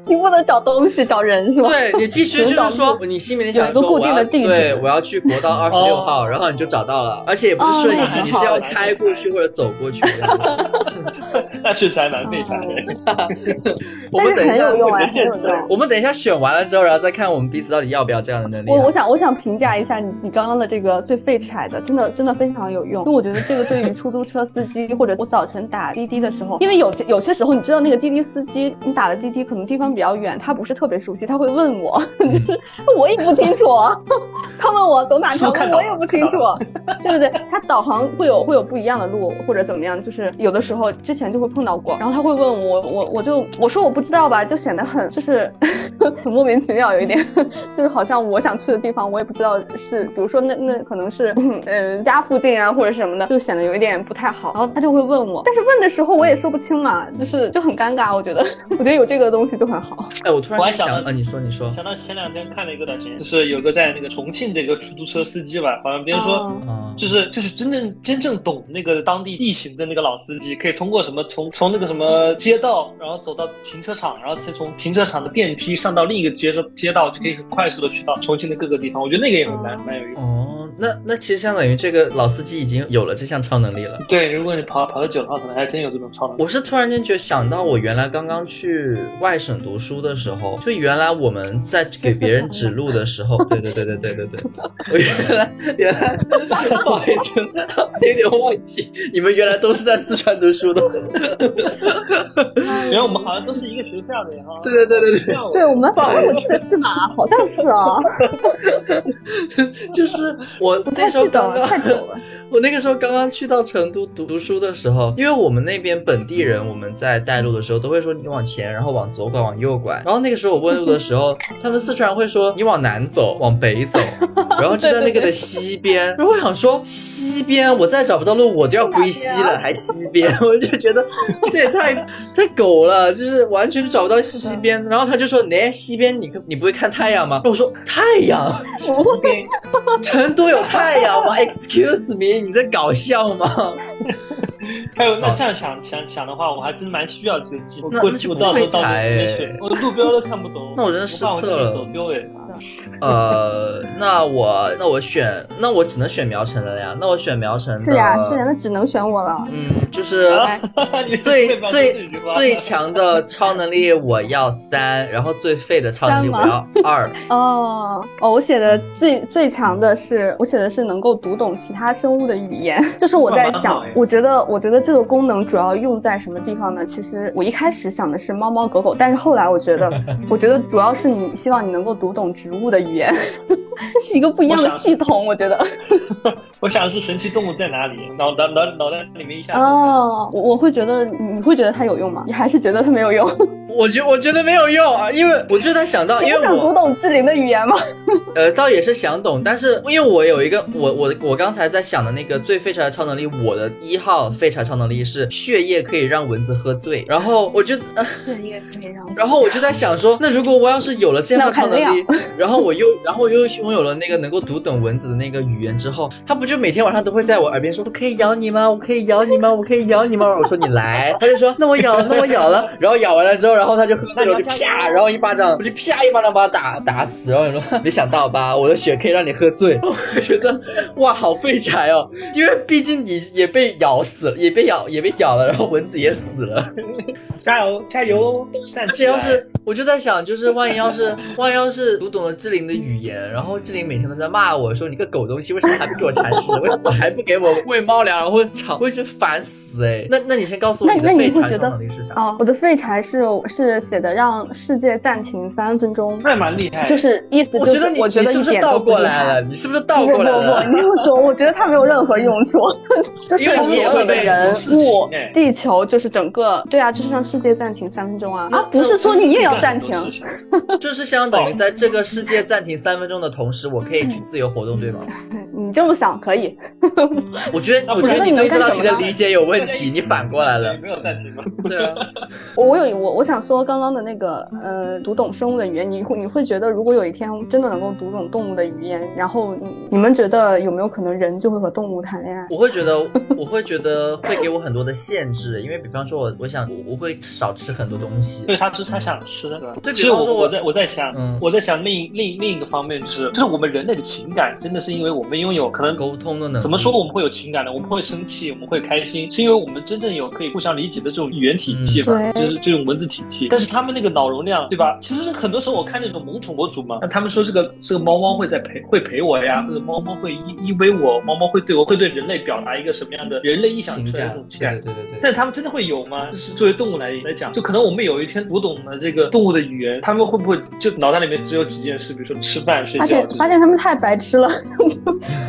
Speaker 3: 你不能找东西，找人是 吧？
Speaker 1: 对你必须就是说，你心里面想
Speaker 3: 有一个
Speaker 1: 说，
Speaker 3: 固
Speaker 1: 我
Speaker 3: 定
Speaker 1: 要
Speaker 3: 的地址
Speaker 1: 对，我要去国道二十六号，然后你就找到了，而且也不是瞬
Speaker 3: 哦
Speaker 1: 移，你是要开过去或者走过去的。
Speaker 2: 那确实还蛮废柴的。
Speaker 1: 我们
Speaker 3: 但
Speaker 1: 等
Speaker 3: 是
Speaker 1: 一
Speaker 3: 很
Speaker 1: 下
Speaker 3: 有，用啊，
Speaker 2: 我
Speaker 3: 很有用。
Speaker 1: 我们等一下选完了之后，然后再看我们彼此到底要不要这样的能力啊。
Speaker 3: 我我想我想评价一下你你刚刚的这个最废柴的，真的真的非常有用，因为我觉得这个对于出租车司机或者我早晨打滴滴的时候，因为有有些时候你知道那个滴滴司机，你打了滴滴可能地方比较远，他不是特别熟悉，他会问我，
Speaker 1: 嗯
Speaker 3: 我也不清楚，啊 他问我走哪条
Speaker 2: 是看
Speaker 3: 路，
Speaker 2: 到
Speaker 3: 我也不清楚，对不对？他导航会有会有不一样的路或者怎么样，就是有的时候之前就会碰到过，然后他会问我，我我就我说我不知道吧，就显得很就是 很莫名其妙，有一点 就是好像我想去的地方我也不知道是，比如说那那可能是嗯家附近啊或者什么的，就显得有一点不太好，然后他就会问我，但是问的时候我也说不清嘛，就是就很尴尬，我觉得 我觉得有这个东西就很好，
Speaker 1: 哎，我突然
Speaker 2: 我还
Speaker 1: 间想，
Speaker 2: 想
Speaker 1: 啊，你说你说，
Speaker 2: 想到前两天看了一个短视频，就是有个在那个重庆的一个出租车司机吧，好像别人说。
Speaker 3: 嗯
Speaker 1: 嗯，
Speaker 2: 就是就是真正真正懂那个当地地形的那个老司机，可以通过什么从从那个什么街道，然后走到停车场，然后再从停车场的电梯上到另一个街街道，就可以很快速的去到重庆的各个地方。我觉得那个也蛮蛮有用的。
Speaker 1: 哦，那那其实相当于这个老司机已经有了这项超能力了。
Speaker 2: 对，如果你跑跑到九号，可能还真有这种超能力。
Speaker 1: 我是突然间觉得想到，我原来刚刚去外省读书的时候，就原来我们在给别人指路的时候，对对对对对对对，我原来原来不好意思，有点忘记，你们原来都是在四川读书的，
Speaker 2: 原来我们好像都是一个学校的哦哈。
Speaker 1: 对对对对对
Speaker 2: 对
Speaker 3: 对我们，哎，我记得是 吧？好像是啊，
Speaker 1: 就是我
Speaker 3: 不
Speaker 1: 那
Speaker 3: 太
Speaker 1: 时候
Speaker 3: 记得
Speaker 1: 刚
Speaker 3: 了，
Speaker 1: 刚
Speaker 3: 太久了。
Speaker 1: 我那个时候刚刚去到成都读读书的时候，因为我们那边本地人，我们在带路的时候都会说你往前，然后往左拐，往右拐。然后那个时候我问路的时候，他们四川人会说你往南走，往北走，然后就在那个的西边。然后我想说西边，我再找不到路，我就要归西了，还西边， 我就觉得这也太太狗了，就是完全找不到西边。然后他就说，哎，西边你你不会看太阳吗？我说太阳。
Speaker 3: 我
Speaker 1: 成都有太阳吗？Excuse me，你在搞笑吗？
Speaker 2: 还有，那这样想想想的话，我还真蛮需要这个技能。
Speaker 1: 那
Speaker 2: 过
Speaker 1: 那
Speaker 2: 去
Speaker 1: 就
Speaker 2: 我
Speaker 1: 不
Speaker 2: 到时候
Speaker 1: 废
Speaker 2: 到
Speaker 1: 柴
Speaker 2: 那边
Speaker 1: 哎
Speaker 2: 去，我的路标都看不懂。
Speaker 1: 那我真的失
Speaker 2: 我怕我
Speaker 1: 策
Speaker 2: 真
Speaker 1: 了
Speaker 2: 的走丢哎。
Speaker 1: 呃，那我那我选，那我只能选苗城了呀。那我选苗城的
Speaker 3: 是 呀，是呀，那只能选我了。
Speaker 1: 嗯，就是
Speaker 3: 来，
Speaker 2: 你
Speaker 1: 最
Speaker 2: 会把这
Speaker 1: 最
Speaker 2: 句话
Speaker 1: 最强的超能力我要三，然后最废的超能力我
Speaker 3: 三
Speaker 1: 要二。
Speaker 3: 哦哦，我写的最最强的是，我写的是能够读懂其他生物的语言。 就是我在
Speaker 2: 那蛮好
Speaker 3: 想
Speaker 2: 哎，
Speaker 3: 我觉得我觉得这个功能主要用在什么地方呢？其实我一开始想的是猫猫狗狗，但是后来我 觉得，我觉得主要是你希望你能够读懂植物的语言， 这是一个不一样
Speaker 2: 我
Speaker 3: 的
Speaker 2: 想
Speaker 3: 系统，我觉得。
Speaker 2: 我想的是神奇动物在哪里，脑脑脑脑袋里面一下子。
Speaker 3: 哦，我我会觉得你你会觉得它有用吗？你还是觉得它没有用？
Speaker 1: 我觉我觉得没有用啊，因为我就在想到，
Speaker 3: 你
Speaker 1: 因
Speaker 3: 不
Speaker 1: 为
Speaker 3: 想读
Speaker 1: 我
Speaker 3: 懂志玲的语言吗？
Speaker 1: 呃倒也是想懂，但是因为我有一个我我我刚才在想的那个最废柴的超能力，我的一号废柴超能力是血液可以让蚊子喝醉，然后我就。呃
Speaker 3: 对，也可以让
Speaker 1: 然后我就在想说，那如果我要是有了这样的超能 力，然后我又然后我又拥有了那个能够读懂蚊子的那个语言之后，他不就每天晚上都会在我耳边说，我可以咬你吗？我可以咬你吗？我可以咬你吗？我说你来，他就说那我咬了，那我咬了，然后咬完了之后，然后他就喝醉了，我就啪，然后一巴掌，我就啪一巴掌把他打打死，然后你说没想到吧，我的血可以让你喝醉，我觉得哇好废柴哦，因为毕竟你也被咬死了，也被咬也被咬了，然后蚊子也死了。
Speaker 2: 加油加油！站
Speaker 1: 而
Speaker 2: 起
Speaker 1: 且嗯
Speaker 2: 来！
Speaker 1: 要是我就在想，就是万一要是万一要是读懂了志玲的语言，然后志玲每天都在骂我说你个狗东西，为什么还不给我铲屎？为什么还不给我喂猫粮？然后场我就烦死哎、那那你先告诉我
Speaker 3: 那
Speaker 1: 你的
Speaker 3: 那你
Speaker 1: 废
Speaker 3: 会
Speaker 1: 柴
Speaker 3: 觉
Speaker 1: 想
Speaker 3: 得
Speaker 1: 能力是啥？
Speaker 3: 哦，我的废柴是是写的让世界暂停三分钟，
Speaker 2: 那也蛮厉害的，
Speaker 3: 就是意思
Speaker 1: 哎我
Speaker 3: 就
Speaker 1: 觉
Speaker 3: 是
Speaker 1: 得你
Speaker 3: 我觉
Speaker 1: 你
Speaker 3: 得
Speaker 1: 是
Speaker 3: 一
Speaker 1: 不是
Speaker 3: 点
Speaker 1: 倒
Speaker 3: 都不
Speaker 1: 过
Speaker 3: 厉
Speaker 1: 来
Speaker 3: 害
Speaker 1: 了？你是不是倒
Speaker 3: 不不
Speaker 1: 过来
Speaker 3: 不，
Speaker 1: 了？
Speaker 3: 你这么说，我觉得它没有任何用处， 就是
Speaker 1: 因为
Speaker 3: 所
Speaker 1: 你也
Speaker 3: 有
Speaker 1: 会
Speaker 3: 的
Speaker 1: 被
Speaker 3: 人
Speaker 2: 视
Speaker 3: 物
Speaker 2: 哎、
Speaker 3: 地球就是整个，对啊，就是让世界暂停三分钟啊
Speaker 1: 那
Speaker 3: 啊！不是说你也要暂停
Speaker 2: 干，很多事情
Speaker 1: 就是相当于在这个世界暂停三分钟的同时，我可以去自由活动，对吗？
Speaker 3: 你这么想可以。
Speaker 1: 我觉得，
Speaker 2: 那
Speaker 1: 我
Speaker 2: 不
Speaker 1: 觉
Speaker 2: 然
Speaker 1: 得你
Speaker 3: 啊那
Speaker 1: 对
Speaker 3: 你
Speaker 1: 这
Speaker 3: 能
Speaker 1: 道
Speaker 3: 干
Speaker 1: 题
Speaker 3: 什
Speaker 1: 的
Speaker 3: 么呢
Speaker 1: 理解有问题，你反过来了
Speaker 2: 对。没有暂停吗？
Speaker 1: 对啊，
Speaker 3: 我我有我我想说刚刚的那个呃读懂生物的语言，你会你会觉得如果有一天真的能够读懂动物的语言，然后你你们觉得有没有可能人就会和动物谈恋爱？
Speaker 1: 我会觉得，我会觉得会给我很多的限制，因为比方说我，我想我我会少吃很多东西
Speaker 2: 对，。他是他想吃的。
Speaker 1: 对
Speaker 2: 其
Speaker 1: 比
Speaker 2: 实
Speaker 1: 方
Speaker 2: 我
Speaker 1: 说我
Speaker 2: 我在我在想，
Speaker 1: 嗯
Speaker 2: 我在想另一另另一个方面就是，就是我们人类的情感真的是因为我们拥有可能
Speaker 1: 沟通的能力
Speaker 2: 怎么说我们会有情感呢？我们会生气，我们会开心，是因为我们真正有可以互相理解的这种语言体系吧，
Speaker 3: 嗯对
Speaker 2: 就是这种文字体系。但是他们那个脑容量，对吧？其实很多时候我看那种萌宠博主嘛，那他们说这个这个猫猫会在陪会陪我呀，或者猫猫会依依偎我，猫猫会对我会对人类表达一个什么样的人类臆想
Speaker 1: 情
Speaker 2: 出来的这
Speaker 1: 感
Speaker 2: 种，情感
Speaker 1: 对。对对对对。
Speaker 2: 但他们真的会有吗？就是作为动物来来讲，就可能我们有一天读懂了这个动物的语言，他们会不会就脑袋里面只有几件事，比如说吃饭、睡
Speaker 3: 发
Speaker 2: 觉
Speaker 3: 现
Speaker 2: 这种？
Speaker 3: 发现他们太白痴了，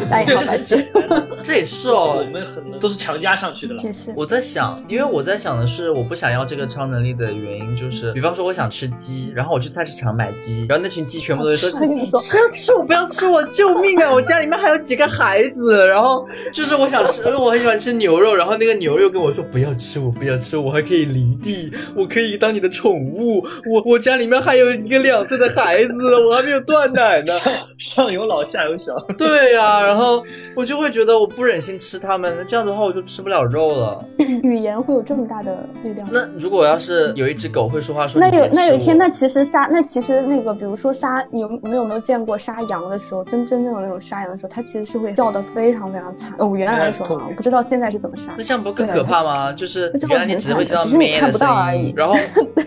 Speaker 3: 打
Speaker 2: 对，
Speaker 3: 引号白
Speaker 2: 很
Speaker 3: 痴。
Speaker 2: 简单。
Speaker 1: 这也是
Speaker 2: 我
Speaker 1: 哦，
Speaker 2: 们很都是强加上去的了。
Speaker 3: 也是，
Speaker 1: 我在想，因为我在想的是，我不想要这个超能力的原因就是，比方说我想吃鸡，然后我去菜市场买鸡，然后那群鸡全部都 说
Speaker 3: 他 跟你说，
Speaker 1: 不要吃我，不要吃我，救命啊！我家里面还有几个孩子，然后就是我想吃，因为我很喜欢吃牛肉，然后那个牛肉跟我说不要吃我，不要吃我，我还可以犁地，我可以当你的宠物，我我家里面还有一个两岁的孩子，我还没有断奶呢。
Speaker 2: 上上有老下有小，
Speaker 1: 对呀、然后我就会觉得我不忍心吃它们，那这样子的话我就吃不了肉了。
Speaker 3: 语言会有这么大的力量。
Speaker 1: 那如果要是有一只狗会说话说
Speaker 3: 那
Speaker 1: 你
Speaker 3: 有
Speaker 1: 别
Speaker 3: 那有一
Speaker 1: 吃
Speaker 3: 天，
Speaker 1: 我
Speaker 3: 那其实杀那其实那个，比如说杀，你有你有没有见过杀羊的时候，真真正的那种杀羊的时候，它其实是会叫的非常非常惨。哦，原来的时候啊，我不知道现在是怎么杀
Speaker 1: 那。这样不更可怕吗？就是
Speaker 3: 那这样
Speaker 1: 原来你只会听到
Speaker 3: 很惨
Speaker 1: 咩
Speaker 3: 只是你看
Speaker 1: 的
Speaker 3: 不到
Speaker 1: 声
Speaker 3: 而
Speaker 1: 音
Speaker 3: 已， 啊
Speaker 1: 然后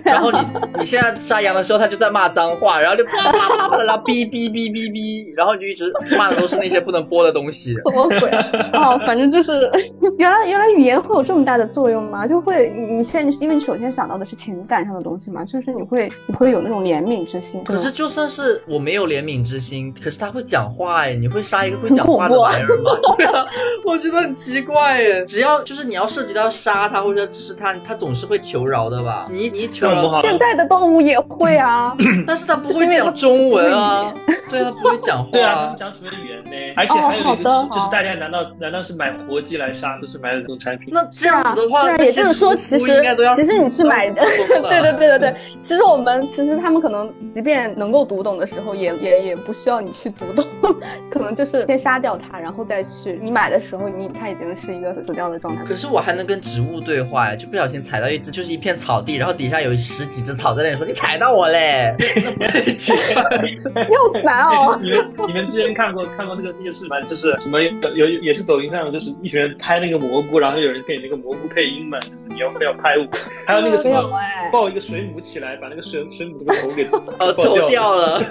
Speaker 1: 然后你你现在杀羊的时候，它就在骂脏话，然后就啪啪啪啪啦啦，哔哔哔哔哔，然后你就一直骂的都是那些不能播的东 西。
Speaker 3: 什么 鬼？哦，反正就是 原来原来语言会有这么大的作用吗？就会你你现在因为你首先想到的是情感上的东西嘛，就是你会你会有那种怜悯之心。
Speaker 1: 可是就算是我没有怜悯之心，可是它会讲话哎，你会杀一个会讲话
Speaker 3: 很
Speaker 1: 的
Speaker 3: 恐怖啊
Speaker 1: 男人吗？ 对啊，我觉得很奇怪哎。只要就是你要涉及到杀它或者吃它，它总是会求饶的吧？你你一求
Speaker 2: 那我们
Speaker 1: 饶
Speaker 2: 好，
Speaker 3: 现在的动物也 会啊，
Speaker 1: 但是它不会讲中文啊， 对啊，它不会讲话、
Speaker 2: 对啊，他们讲什么语言呢？而且还有一个就是，
Speaker 3: 哦好的
Speaker 2: 就是
Speaker 3: 好
Speaker 2: 大家难道难道是买活鸡来杀，不是买冷冻产品？，
Speaker 1: 那这样子的话，
Speaker 3: 是啊
Speaker 1: 那
Speaker 3: 也
Speaker 1: 些
Speaker 3: 就是说
Speaker 1: 屠夫
Speaker 3: 其实
Speaker 1: 应该都要
Speaker 3: 其实
Speaker 1: 死
Speaker 3: 你去
Speaker 1: 光
Speaker 3: 买的
Speaker 1: 光了
Speaker 3: 对对对对对，其实我们其实他们可能即便能够读懂的时候也，也也不需要你去读懂， 可能就是先杀掉它，然后再去你买的时候你，它已经是一个死掉的状态。
Speaker 1: 可是我还能跟植物对话哎，就不小心踩到一只，就是一片草地，然后底下有十几只草在那里说你踩到我 嘞，那不会讲
Speaker 3: 你好难哦
Speaker 2: 你们你们之前看过看过那个那个视频吗，就是什么有有也是抖音上，就是一群人拍那个蘑菇，然后有人给那个蘑菇配音嘛，就是你要不要 拍我？还有那个什
Speaker 3: 没有哦
Speaker 2: 么
Speaker 3: 哎，
Speaker 2: 抱一个水母起来，把那个水水母的头给
Speaker 1: 呃
Speaker 2: 爆
Speaker 1: 走 掉了，
Speaker 2: 了。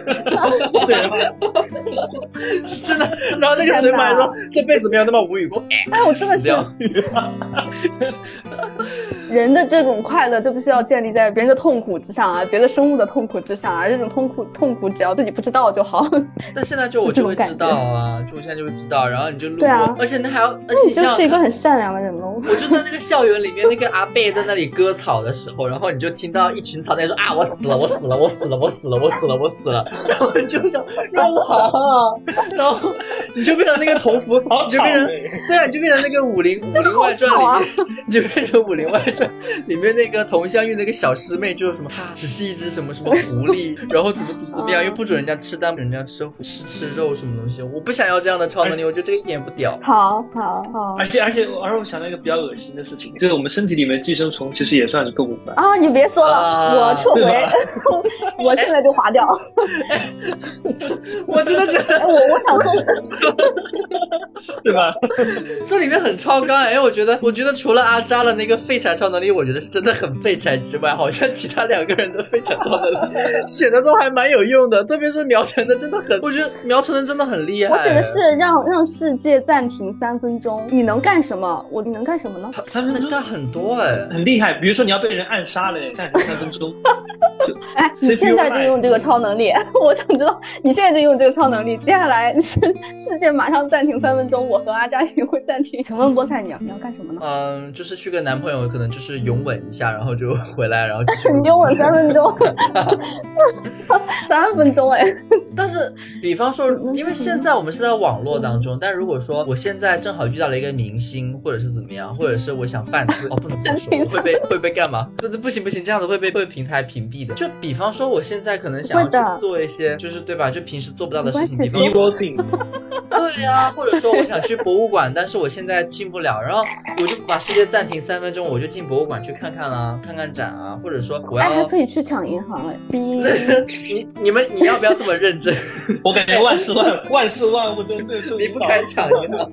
Speaker 2: 对，然后
Speaker 1: 真 的。然后那个水母还说这辈子没有那么无语过，
Speaker 3: 哎，我真的
Speaker 1: 死
Speaker 3: 是
Speaker 1: 掉。
Speaker 3: 人的这种快乐都不需要建立在别人的痛苦之上啊，别的生物的痛苦之上啊，这种痛苦痛苦只要自己不知道就好。
Speaker 1: 但现在就我
Speaker 3: 就这
Speaker 1: 就
Speaker 3: 种
Speaker 1: 会知道啊，就我现在就会知道，然后你就路过，
Speaker 3: 对啊
Speaker 1: 而且那还要，而
Speaker 3: 那
Speaker 1: 且
Speaker 3: 你就
Speaker 1: 像
Speaker 3: 是一个很善良的人喽。
Speaker 1: 我就在那个校园里面，那个阿贝在那里割草的时候，然后你就听到一群草在说啊，我死了，我死了，我死了，我死了，我死了，我死了， 然后你就想让我好，然后你就变成那个同福，
Speaker 2: 好
Speaker 3: 哦
Speaker 1: 你就
Speaker 2: 吵
Speaker 1: 变成
Speaker 2: 哎。
Speaker 1: 对啊，你就变成那个《武林武林外传》
Speaker 3: 好
Speaker 1: 里 面，你就变成《武林外传》里面那个佟湘玉那个小师妹，就是什么，她只是一只什么什么狐狸，然后怎么怎么怎么样，
Speaker 3: 嗯
Speaker 1: 又不准人家吃蛋，不准人家吃吃吃肉什么东西，我不想要这样的超能 力，我觉得这个一点不屌。
Speaker 3: 好好好
Speaker 2: 而且而且，而我想到一个比较恶心的事情，就是我们身体里面寄生虫其实也算是动物吧。
Speaker 3: 啊！你别说了，
Speaker 1: 啊
Speaker 3: 我撤
Speaker 2: 对
Speaker 3: 回，我现在就划掉。
Speaker 1: 我真的觉
Speaker 3: 哎，
Speaker 1: 得，
Speaker 3: 我我想说，
Speaker 2: 对吧？
Speaker 1: 这里面很超纲哎，我觉得，我觉得除了阿扎的那个废柴超能力，我觉得是真的很废柴之外，好像其他两个人的废柴超能 力选的都还蛮有用的，特别是苗晨的，真的 很，我觉得苗晨的真的很厉害。
Speaker 3: 我写的是让让世界暂停三分钟，你能干什么？我能干什么呢？
Speaker 2: 三分
Speaker 1: 能
Speaker 2: 钟
Speaker 1: 干很多哎，
Speaker 2: 很厉害，比如说你要被人暗杀了，站三分 钟，就
Speaker 3: 哎，你
Speaker 2: CPU
Speaker 3: 现在就
Speaker 2: 慢
Speaker 3: 用这个
Speaker 1: 嗯
Speaker 3: 超能力， 我想知道你现在就用这个超能力，接下来是世界马上暂停三分钟，我和阿扎也会暂停。请问菠菜，你要你要干什么呢？
Speaker 1: 嗯，就是去跟男朋友可能就是拥吻一下，然后就回来，然后继续
Speaker 3: 你就吻三分 钟，三分钟哎，
Speaker 1: 但是，比方说，
Speaker 3: 嗯
Speaker 1: 因为现在我们是在网络当中，但如果说我现在正好遇到了一个明星，或者是怎么样，或者是我想犯 罪，哦，不能这么说，我会被会被干嘛？不不行不行，这样子会被被平台屏蔽的。就比方说，我现在可能想要
Speaker 3: 会的
Speaker 1: 去做一些，就是对吧？就平时做不到的
Speaker 3: 没
Speaker 1: 事情，
Speaker 3: 关
Speaker 1: 比
Speaker 3: 系
Speaker 1: 方说
Speaker 2: evil thing，
Speaker 1: 对呀、或者说我想去博物馆，但是我现在进不了，然后我就把世界暂停三分钟，我就进博物馆去看看啦、看看展啊，或者说我
Speaker 3: 哎，还
Speaker 1: 要
Speaker 3: 可。以去抢银行哎， 逼
Speaker 1: 你你们你要不要这么认真？
Speaker 2: 我感觉万事万万事万物都最最
Speaker 1: 你不敢抢银行，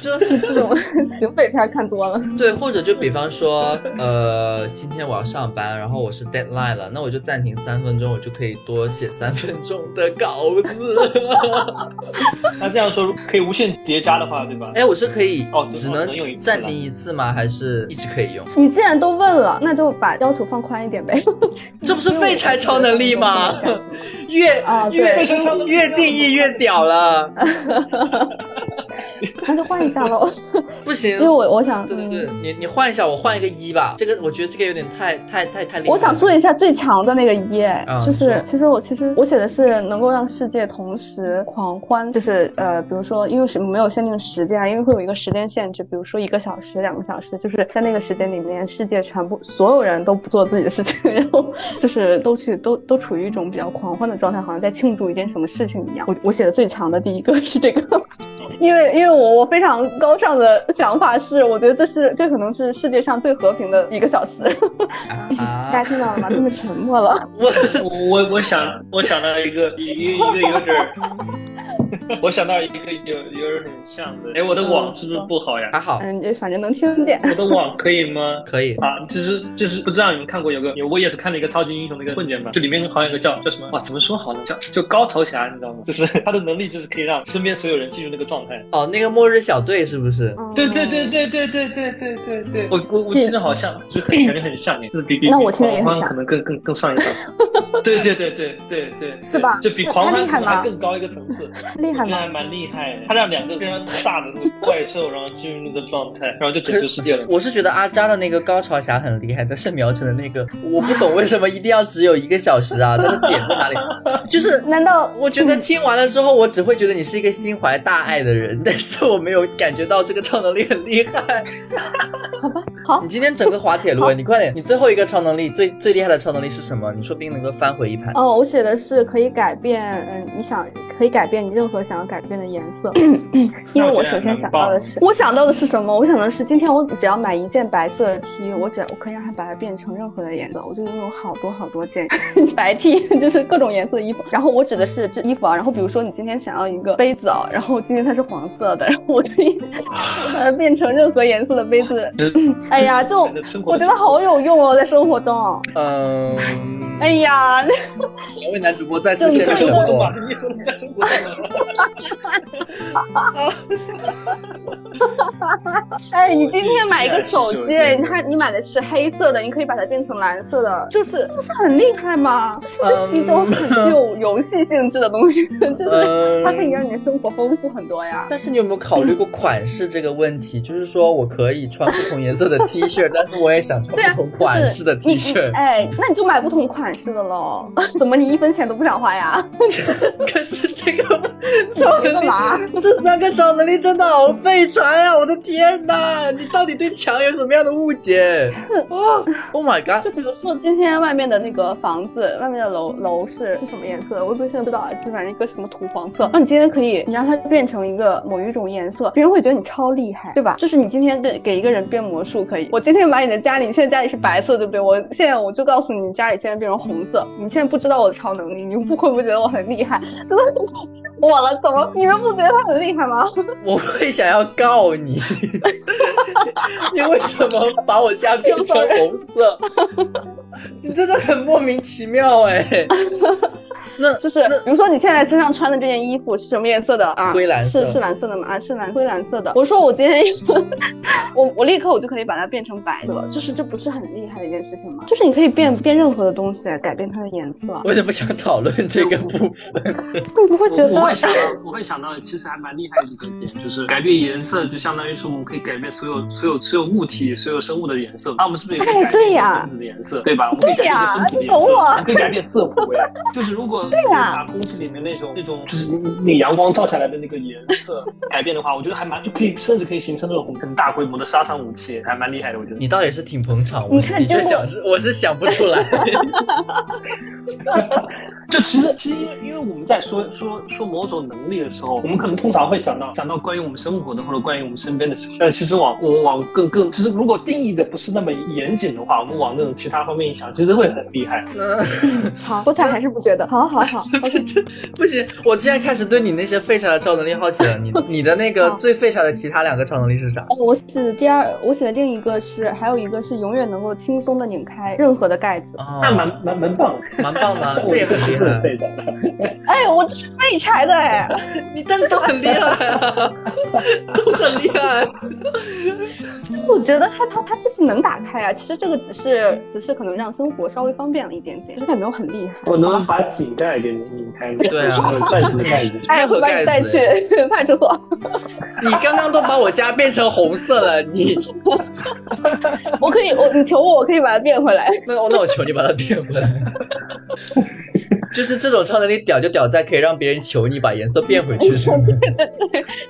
Speaker 1: 就
Speaker 3: 这种警匪片看多了。
Speaker 1: 对，或者就比方说，呃，今天我要上班，然后我是 deadline 了，那我就暂停三分钟，我就可以多写三分钟的稿子。
Speaker 2: 那这样说可以无限叠加的话，对吧？
Speaker 1: 哎，我是可以
Speaker 2: 哦
Speaker 1: 只
Speaker 2: 只能用一
Speaker 1: 能
Speaker 2: 次
Speaker 1: 暂
Speaker 2: 了
Speaker 1: 停一次吗？还是一直可以用？
Speaker 3: 你既然都问了，那就把要求放宽一点呗。
Speaker 1: 这不 是废柴超能力吗？
Speaker 2: 啊
Speaker 1: 越
Speaker 3: 啊对
Speaker 1: 越
Speaker 2: 为什么
Speaker 1: 越定义越屌了，
Speaker 3: 那就换一下 喽，
Speaker 1: 不行
Speaker 3: 因为。我我想，
Speaker 1: 对对
Speaker 3: 嗯
Speaker 1: 对，你你换一下，我换一个一吧。这个我觉得这个有点太太太太厉害了。
Speaker 3: 我想做一下最强的那个一，哎
Speaker 1: 啊
Speaker 3: 就
Speaker 1: 你
Speaker 3: 是
Speaker 1: 说
Speaker 3: 其实我其实我写的是能够让世界同时狂欢，就是呃，比如说因为是没有限定时间啊，因为会有一个时间限制，比如说一个小时、两个小时，就是在那个时间里面，世界全部所有人都不做自己的事情， 然后就是都去都都处于一种比较狂欢的状态，好像在庆祝一件什么事情一样。我我写的最强的第一个是这个。因为因为我我非常高尚的想法是，我觉得这是这可能是世界上最和平的一个小时。大家
Speaker 1: 啊，
Speaker 3: 听到了吗？他们沉默 了。
Speaker 1: 我
Speaker 2: 我我我想我想到一个一个一个有点儿， 我想到一个有有点儿很像的。哎，我的网是不是不好呀
Speaker 1: 还？好，
Speaker 3: 嗯，也反正能听见。
Speaker 2: 我的网可以吗？
Speaker 1: 可以。
Speaker 2: 啊，就是就是不知道你们看过有个有我也是看了一个超级英雄的一个混剪版，就里面好像有个叫叫什么哇，怎么说好呢？叫就高头侠，你知道吗？就是 他的能力就是可以让身边所有人进入那个状态。
Speaker 1: 哦，那个末日小队是不是？
Speaker 3: 嗯
Speaker 2: 对对对。对对对对对对对，我我我听着好像，就很感觉很像，就是比比
Speaker 3: 那
Speaker 2: 比
Speaker 3: 我听着也很
Speaker 2: 狂欢
Speaker 3: 像
Speaker 2: 可能更更更上一 档。对对对对对对，
Speaker 3: 是吧
Speaker 2: 就比
Speaker 3: 是
Speaker 2: 狂
Speaker 3: 他
Speaker 2: 欢
Speaker 3: 厉害
Speaker 2: 可能还
Speaker 3: 吗
Speaker 2: 更高一个层 次，
Speaker 3: 厉害
Speaker 2: 我觉得还
Speaker 3: 吗？
Speaker 2: 蛮厉害的。他让两个非常大的那个怪兽，然后进入那个状态，然后就拯救世界
Speaker 3: 嗯
Speaker 2: 了。
Speaker 1: 我是觉得阿扎的那个高潮侠很厉害，但是苗晨的那个，我不懂为什么一定要只有一个小时啊？它的点在哪里？就是
Speaker 3: 难道
Speaker 1: 我觉得听完了之后，我只会觉得你是一个心怀大爱的人，但是我没有感觉到这个超能力很厉害。
Speaker 3: 好吧？好
Speaker 1: 你，今天整个滑铁卢，啊你快点，你最后一个超能力最最厉害的超能力是什么？你说不定能够翻回一盘。
Speaker 3: 哦，我写的是可以改变，嗯，你想可以改变你任何想要改变的颜 色，因为我首先想到的是，我想到的是什么？我想到的是，今天我只要买一件白色的 T，我只我可以让它把它变成任何的颜色，我就拥有好多好多 件白 T，就是各种颜色的衣服。然后我指的是这衣服啊，然后比如说你今天想要一个杯子啊，然后今天它是黄色的，然后我就一 把它变成任何颜色的杯子。哎呀，就
Speaker 2: 人的生活
Speaker 3: 我觉得好有用哦，在生活中。
Speaker 1: 嗯，
Speaker 3: 哎呀，
Speaker 1: 两位男主播再次陷
Speaker 2: 在
Speaker 1: 入沉
Speaker 2: 生活中
Speaker 1: 默
Speaker 2: 吧，。你也说你在生活中，
Speaker 3: 哎，你今天买一个手
Speaker 2: 是
Speaker 3: 机，
Speaker 2: 是是
Speaker 3: 它你买的是黑色的，你可以把它变成蓝色的，就是不是很厉害吗？就是
Speaker 1: 嗯
Speaker 3: 这是一种很具有游戏性质的东西， 就是
Speaker 1: 嗯，
Speaker 3: 它可以让你的生活丰富很多呀。
Speaker 1: 但是你有没有考虑过款式这个问题？就是说我可以穿不同颜色的 T 恤，但是我也想穿
Speaker 3: 对啊
Speaker 1: 不同款式的 T
Speaker 3: 你
Speaker 1: 恤。
Speaker 3: 哎，那你就买不同款式的喽？ 怎么你一分钱都不想花呀？
Speaker 1: 可是这个超能
Speaker 3: 干
Speaker 1: 力，
Speaker 3: 嘛？
Speaker 1: 这三个超能力真的好废柴啊！我的天哪，你到底对墙有什么样的误解？ 哦，Oh my god！
Speaker 3: 就比如说今天外面的那个房子，外面的楼楼是是什么颜色的？我也不现在知道啊，就反正一个什么土黄色。那你今天可以，你让它变成一个某一种颜色，别人会觉得你超厉害，对吧？就是你今天给给一个人变魔术可以，我今天把你的家里，你现在家里是白色，对不对？我现在我就告诉你，你家里现在变成红色，你现在不知道我的超能力，你们不会不会觉得我很厉害？ 真的气死我了！怎么你们不觉得他很厉害吗？
Speaker 1: 我会想要告你， 你为什么把我家变成红 色？你真的很莫名其妙哎、那
Speaker 3: 就是比如说你现在身上穿的这件衣服是什么颜色的啊？
Speaker 1: 灰蓝色
Speaker 3: 是是蓝色的吗？啊，是蓝灰蓝色的。我说我今天我我立刻我就可以把它变成白的了，就是这不是很厉害的一件事情吗？就是你可以变变任何的东西，改变它的颜色。
Speaker 1: 我也不想讨论这个部分。
Speaker 3: 你不会觉
Speaker 2: 我
Speaker 3: 得
Speaker 2: 我会想到，我会想到，其实还蛮厉害的一个点，就是改变颜色，就相当于说我们可以改变所有所有所有物体、所有生物的颜色。那、我们是不是也可以
Speaker 3: 哎
Speaker 2: 改
Speaker 3: 对
Speaker 2: 变
Speaker 3: 呀
Speaker 2: 分子的颜色，对吧？我们可以改
Speaker 3: 对
Speaker 2: 变
Speaker 3: 呀
Speaker 2: 身体的
Speaker 3: 你
Speaker 2: 颜
Speaker 3: 懂
Speaker 2: 色，
Speaker 3: 我
Speaker 2: 我们可以改变色谱呀。就是如果对
Speaker 3: 呀
Speaker 2: 把空气里面那种那种就是那阳光照下来的那个颜色改变的话，我觉得还蛮就可以，甚至可以形成那种很大规模的杀伤武器，还蛮厉害的。我觉得
Speaker 1: 你倒也是挺捧场，我
Speaker 3: 你
Speaker 1: 是
Speaker 3: 看
Speaker 1: 的确
Speaker 3: 真的
Speaker 1: 想是我是想不出 来。
Speaker 2: 就其实其实因为因为我们在说说说某种能力的时候，我们可能通常会想到想到关于我们生活的或者关于我们身边的事情，但其实往我们往更更就是如果定义的不是那么严谨的话，我们往那种其他方面一想，其实会很厉害。
Speaker 1: 那
Speaker 3: 好，我才还是不觉得。好好 好，
Speaker 1: 不行，我现在开始对你那些废柴的超能力好奇了。你你的那个
Speaker 3: 好
Speaker 1: 最废柴的其他两个超能力是啥？
Speaker 3: 哦，我写的第二，我写的另一个是，还有一个是永远能够轻松的拧开任何的盖子。
Speaker 1: 哦，
Speaker 2: 那蛮蛮蛮棒的，
Speaker 1: 蛮棒 的，嗯这也很厉
Speaker 2: 是
Speaker 1: 害。
Speaker 2: 很对的。
Speaker 3: 哎，我这是废柴的哎，
Speaker 1: 你但是都很厉害啊，都很厉害。
Speaker 3: 我觉得它它它就是能打开啊。其实这个只是只是可能让生活稍微方便了一点点，它也没有很厉害。
Speaker 2: 我能不能把井盖给你拧开吗？
Speaker 1: 对啊
Speaker 2: 我是钻石的盖 子。
Speaker 3: 哎，
Speaker 1: 任何
Speaker 3: 我把你
Speaker 1: 盖
Speaker 3: 带
Speaker 1: 子
Speaker 3: 去派出所，
Speaker 1: 你刚刚都把我家变成红色了，你
Speaker 3: 我可以，我你求我，我可以把它变回来。
Speaker 1: 那那我求你把它变回来。 就是这种超能力屌就屌在可以让别人求你把颜色变回去，是吗？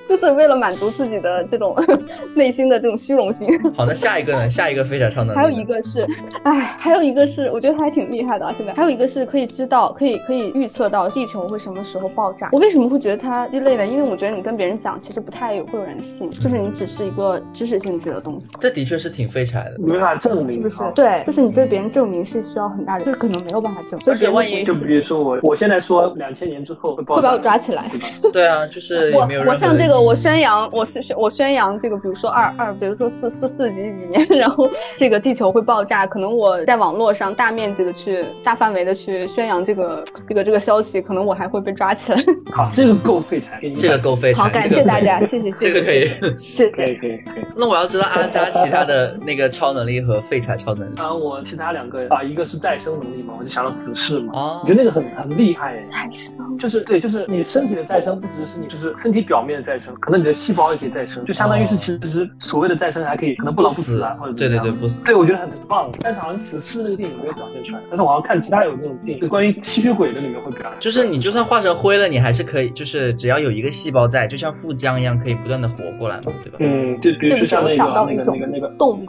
Speaker 3: 就是为了满足自己的这种 内心的这种虚荣心。
Speaker 1: 好，那下一个呢？下一个飞侠超能力呢
Speaker 3: 还有一个是，哎，还有一个是，我觉得他还挺厉害的啊。现在还有一个是可以知道，可以可以预测到地球会什么时候爆炸。我为什么会觉得他异类呢？因为我觉得你跟别人讲，其实不太有会有人信，就是你只是一个知识性质的东西。
Speaker 1: 这的确是挺废柴的。
Speaker 2: 没办法证明，
Speaker 3: 是不是
Speaker 2: 啊？
Speaker 3: 对，嗯就是你对别人证明是需要很大的，就是可能没有办法证明。
Speaker 1: 而且万一
Speaker 2: 就比如说我，我现在说两千年之后会爆
Speaker 3: 会
Speaker 2: 炸，
Speaker 3: 把我抓起来。
Speaker 2: 对吧？
Speaker 1: 对啊，就是也
Speaker 3: 我
Speaker 1: 没有任何
Speaker 3: 我像这个，我宣扬，我是我宣扬这个，比如说二二，比如说四四四级语言， 然后这个地球会爆炸，可能我在网络上大面积的去大范围的去宣扬这个这个这个消息，可能我还会被抓起来。
Speaker 2: 好，这个够废柴，给你
Speaker 1: 这个
Speaker 2: 打
Speaker 1: 够废柴。
Speaker 3: 好，感
Speaker 1: 这
Speaker 3: 谢
Speaker 1: 个
Speaker 3: 大家，谢谢谢 谢，
Speaker 1: 这个可以。
Speaker 3: 谢
Speaker 2: 可以
Speaker 3: 谢。
Speaker 2: 可以可以。
Speaker 1: 那我要知道阿扎其他的那个超能力和废柴超能力。
Speaker 2: 啊，我其他两个啊，一个是再生能力嘛，我就想到死侍嘛，
Speaker 1: 哦
Speaker 2: 我觉得那个很很厉害耶。
Speaker 3: 太伤
Speaker 2: 就是对，就是你身体的再生，不只是你就是身体表面的再生，可能你的细胞也可以再生，就相当于是
Speaker 1: 哦
Speaker 2: 其实所谓的再生还可以，可能不老不死啊，或者
Speaker 1: 对
Speaker 2: 怎么
Speaker 1: 对
Speaker 2: 样
Speaker 1: 对，不死。
Speaker 2: 对，我觉得很很棒，但是好像死侍那个电影没有表现出来，但是我好像看其他有那种电影，就关于吸血鬼的里面会表现，
Speaker 1: 就是你就算化成灰了，你还是可以，就是只要有一个细胞在，就像富浆一样，可以不断的活过来嘛，对吧？
Speaker 2: 嗯，就比如
Speaker 3: 对
Speaker 2: 说
Speaker 3: 不起，
Speaker 2: 像
Speaker 3: 我
Speaker 2: 那
Speaker 3: 想到
Speaker 2: 个那
Speaker 3: 了一
Speaker 2: 个
Speaker 3: 种
Speaker 2: 那个那个
Speaker 3: 动物，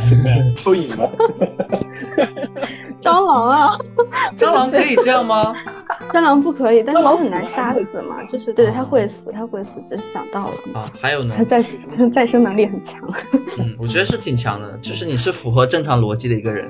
Speaker 2: 什么呀，蚯蚓吗？
Speaker 3: 蟑螂啊，
Speaker 1: 蟑螂可以这样吗？
Speaker 3: 蟑螂不可以，但是
Speaker 2: 蟑螂
Speaker 3: 我很难
Speaker 2: 死
Speaker 3: 杀
Speaker 2: 还会
Speaker 3: 死嘛，就是对，它会死，它会死，只是想到了。
Speaker 1: 啊，还有呢
Speaker 3: 它，再它再生能力很强，
Speaker 1: 嗯，我觉得是挺强的，就是你是符合正常逻辑的一个人。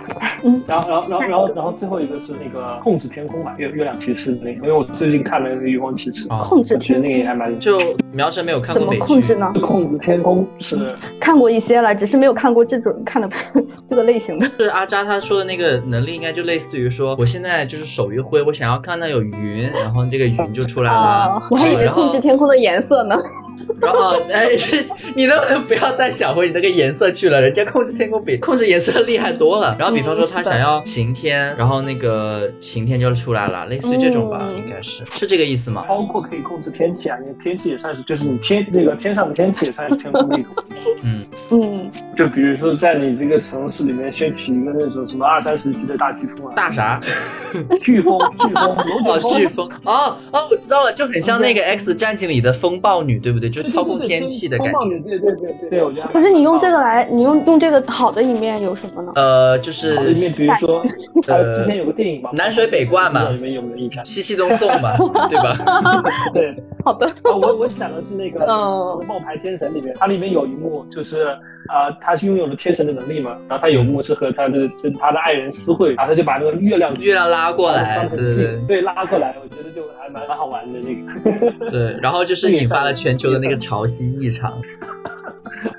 Speaker 2: 然后，然后，然后，然后，然后最后一个是那个控制天空吧，月月亮骑士的那个，因为我最近看了那个《月光骑士》
Speaker 1: 啊，
Speaker 3: 控制
Speaker 2: 我觉得
Speaker 3: 天
Speaker 2: 那个也还蛮就
Speaker 1: 就苗晨没有看
Speaker 3: 怎
Speaker 1: 过美
Speaker 3: 么控
Speaker 1: 剧，
Speaker 3: 制呢？
Speaker 2: 控制天空是
Speaker 3: 看过一些了，只是没有看过这种看的 这个类型的。
Speaker 1: 就是阿扎他说的那个能力，应该就类似于说，我现在就是手一挥，我想要看到有云，然后这个云就出来
Speaker 2: 哦
Speaker 1: 了。
Speaker 3: 哦我还以为
Speaker 1: 啊然后
Speaker 3: 控制天空的颜色呢。
Speaker 1: 然后，哎， 你能不能不要再想回你那个颜色去了？人家控制天空比控制颜色厉害多了。然后，比方说
Speaker 3: 嗯是
Speaker 1: 他
Speaker 3: 的
Speaker 1: 想要晴天，然后那个晴天就出来了，类似于这种吧，
Speaker 3: 嗯
Speaker 1: 应该是是这个意思吗？
Speaker 2: 包括可以控制天气啊，因为天气也算是，就是你天那个天上的天气也算是天空的一种。
Speaker 3: 嗯，
Speaker 2: 就比如说在你这个城市里面掀起一个那种什么二三十级的大飓风啊，
Speaker 1: 大 啥？
Speaker 2: 飓风，飓风，龙
Speaker 1: 哦飓
Speaker 2: 卷，风，啊
Speaker 1: 风。哦哦，我知道了，就很像那个《X 战警》里的风暴女，对不对？就
Speaker 2: 对，
Speaker 1: 操控天气的感
Speaker 2: 风暴
Speaker 1: 觉。
Speaker 2: 雨对对对对对，我觉得还蛮
Speaker 3: 可是你用这个来，你用用这个好的一面有什么呢？
Speaker 1: 呃，就是
Speaker 2: 好的。里面比如说，还有之前有个电影吧，
Speaker 1: 呃南水北灌嘛
Speaker 2: 你们有没有印象？
Speaker 1: 西气东送 嘛，对吧？
Speaker 2: 对。
Speaker 3: 好的，
Speaker 2: 啊，我我想的是那个
Speaker 3: 嗯
Speaker 2: 《冒牌天神》里面，它里面有一幕就是啊、他是拥有了天神的能力嘛，然后他有墨汁和他的跟他的爱人私会，然后他就把那个月亮
Speaker 1: 月亮拉过来，对对对
Speaker 2: 对对拉过来，我觉得就还蛮蛮好玩的那个。
Speaker 1: 对，然后就是引发了全球的那个潮汐异常。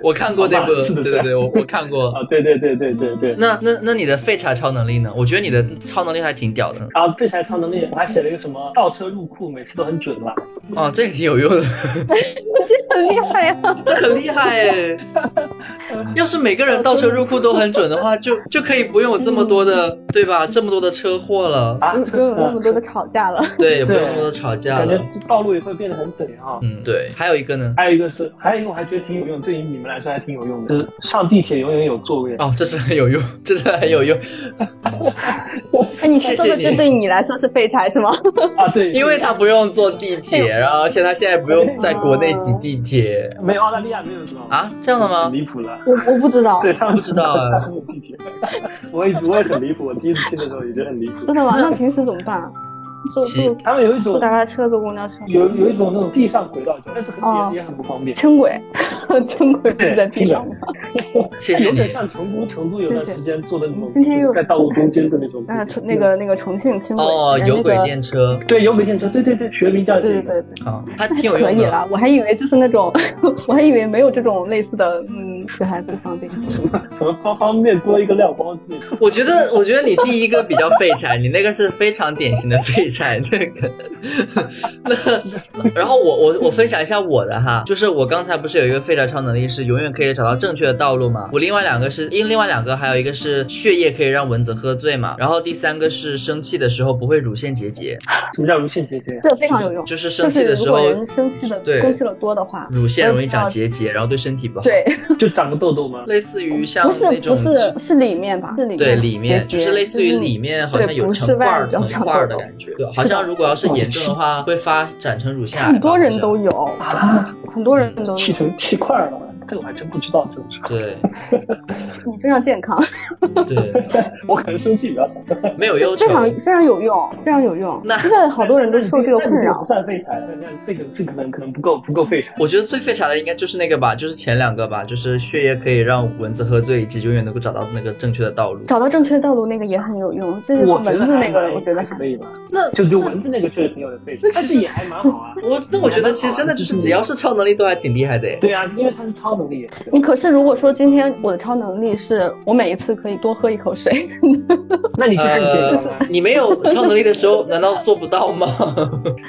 Speaker 1: 我看过那
Speaker 2: 好
Speaker 1: 部，
Speaker 2: 吧是的
Speaker 1: 对
Speaker 2: 是
Speaker 1: 对
Speaker 2: 的
Speaker 1: 对，我我看过。
Speaker 2: 啊，对对对对对对。
Speaker 1: 那那那你的废柴超能力呢？我觉得你的超能力还挺屌的，
Speaker 2: 然后废柴超能力，我还写了一个什么倒车入库，每次都很准嘛。
Speaker 1: 哦，这个挺有用的，
Speaker 3: 这很厉害呀、
Speaker 1: 这很厉害哎。要是每个人倒车入库都很准的话，就就可以不用有这么多的，对吧？这么多的车祸了，
Speaker 2: 啊，
Speaker 3: 不用有那么多的吵架了。
Speaker 1: 对，也不
Speaker 2: 对
Speaker 1: 用那么多吵架
Speaker 2: 感
Speaker 1: 了
Speaker 2: 觉。道路也会变得很怎样啊。
Speaker 1: 嗯，对。还有一个呢？
Speaker 2: 还有一个是，还有一个我还觉得挺有用，对于你们来说还挺有用的，就是上地铁永远有座位。
Speaker 1: 哦，这是很有用，这是很有用，
Speaker 3: 哎，你
Speaker 1: 谢谢
Speaker 3: 是说的
Speaker 1: 你
Speaker 3: 这对你来说是废柴是吗？
Speaker 2: 啊， 对，
Speaker 1: 因为他不用坐地铁，然后而且他现在不用在国内挤地铁
Speaker 2: 没有澳大利亚没有座位，
Speaker 1: 啊，这样的吗
Speaker 2: 很？离谱了。
Speaker 3: 我我不知道，
Speaker 2: 对，他们是
Speaker 1: 不知道啊
Speaker 2: 他们有地铁，我也我也很离谱，我第一次听的时候也觉得很离谱。
Speaker 3: 真的吗？那平时怎么办啊？坐
Speaker 1: 骑
Speaker 3: 坐
Speaker 2: 他们有一
Speaker 3: 坐
Speaker 2: 种
Speaker 3: 大巴车、坐公交车、
Speaker 2: 有有一种那种地上轨道交，但是很也、
Speaker 3: 哦
Speaker 2: 也很不方便。
Speaker 3: 轻轨， 轻轨不是在地上吗？
Speaker 1: 谢谢
Speaker 2: 有点
Speaker 1: 你。
Speaker 2: 像成都，成都有段时间做的那种，
Speaker 3: 今天又
Speaker 2: 在道路中间的 那种。
Speaker 3: 那重那个那个重庆轻轨
Speaker 1: 哦，有嗯轨，
Speaker 3: 那个
Speaker 1: 电车，
Speaker 2: 对有轨电车，对对对，学名叫这
Speaker 3: 对对
Speaker 2: 个。
Speaker 3: 对对。
Speaker 1: 好，还挺有
Speaker 3: 可
Speaker 1: 用
Speaker 3: 以
Speaker 1: 的。
Speaker 3: 啦，我还以为就是那种， 我还以为没有这种类似的，嗯，这还不方便。
Speaker 2: 什么什么方方面多一个料包之类的，
Speaker 1: 我觉得，我觉得你第一个比较废柴，你那个是非常典型的废柴那个。 那然后我我我分享一下我的哈，就是我刚才不是有一个废柴超能力是永远可以找到正确的道路嘛？我另外两个是，因为另外两个还有一个是血液可以让蚊子喝醉嘛，然后第三个是生气的时候不会乳腺结节，
Speaker 2: 什么叫无限接接？
Speaker 3: 这非常有用，
Speaker 1: 就是
Speaker 3: 就
Speaker 1: 生气
Speaker 3: 是
Speaker 1: 的时
Speaker 3: 如果
Speaker 1: 候
Speaker 3: 人生气的
Speaker 1: 对嗯
Speaker 3: 生气了多的话，
Speaker 1: 乳腺容易长结节，然后对身体不好。
Speaker 3: 对，
Speaker 2: 就长个痘痘吗？
Speaker 1: 类似于像
Speaker 3: 不是
Speaker 1: 那
Speaker 3: 不
Speaker 1: 种
Speaker 3: 是是里面吧？是里面
Speaker 1: 对，里面
Speaker 3: 结嗯
Speaker 1: 就是类似于
Speaker 3: 就是
Speaker 1: 里面好像
Speaker 3: 对
Speaker 1: 有
Speaker 3: 不是
Speaker 1: 成块儿、
Speaker 3: 外表
Speaker 1: 成
Speaker 3: 长
Speaker 1: 块儿的
Speaker 3: 痘痘
Speaker 1: 感觉，对，好像如果要是严重的话，会发展成乳腺癌吧。
Speaker 3: 很多
Speaker 1: 好
Speaker 3: 人
Speaker 1: 像嗯
Speaker 3: 都有，
Speaker 2: 啊，
Speaker 3: 很多人都有。
Speaker 2: 气成气块了吗？这个我还真不知道这种事儿，
Speaker 1: 对
Speaker 3: 你非常健康，
Speaker 1: 对，
Speaker 2: 我可能生气比较少。
Speaker 1: 没有要
Speaker 3: 非
Speaker 1: 求。
Speaker 3: 常非常有用，非常有用。
Speaker 1: 那
Speaker 3: 现在好多人都受这个困
Speaker 2: 那你
Speaker 3: 扰
Speaker 2: 不。算废柴，那这个这可能可能不够不够废柴。
Speaker 1: 我觉得最废柴的应该就是那个吧，就是前两个吧，就是血液可以让蚊子喝醉，以及永远能够找到那个正确的道路。
Speaker 3: 找到正确道路那个也很有用，就是
Speaker 2: 我
Speaker 3: 蚊
Speaker 2: 觉
Speaker 3: 子
Speaker 2: 得还
Speaker 3: 那个，
Speaker 2: 蛮
Speaker 3: 我觉得还
Speaker 2: 可以吧。
Speaker 1: 那
Speaker 2: 就就蚊子那个确实挺有点废柴，
Speaker 1: 那
Speaker 2: 但
Speaker 1: 其实
Speaker 2: 是也还蛮好啊。
Speaker 1: 我那我觉得其实真的就是只要是超能力都还挺厉害的诶。
Speaker 2: 对啊，因为它是超能力。
Speaker 3: 你嗯可是如果说今天我的超能力是我每一次可以多喝一口水，
Speaker 2: 那你去看健啊康
Speaker 1: 呃
Speaker 2: 吗？，
Speaker 1: 你没有超能力的时候，难道做不到吗？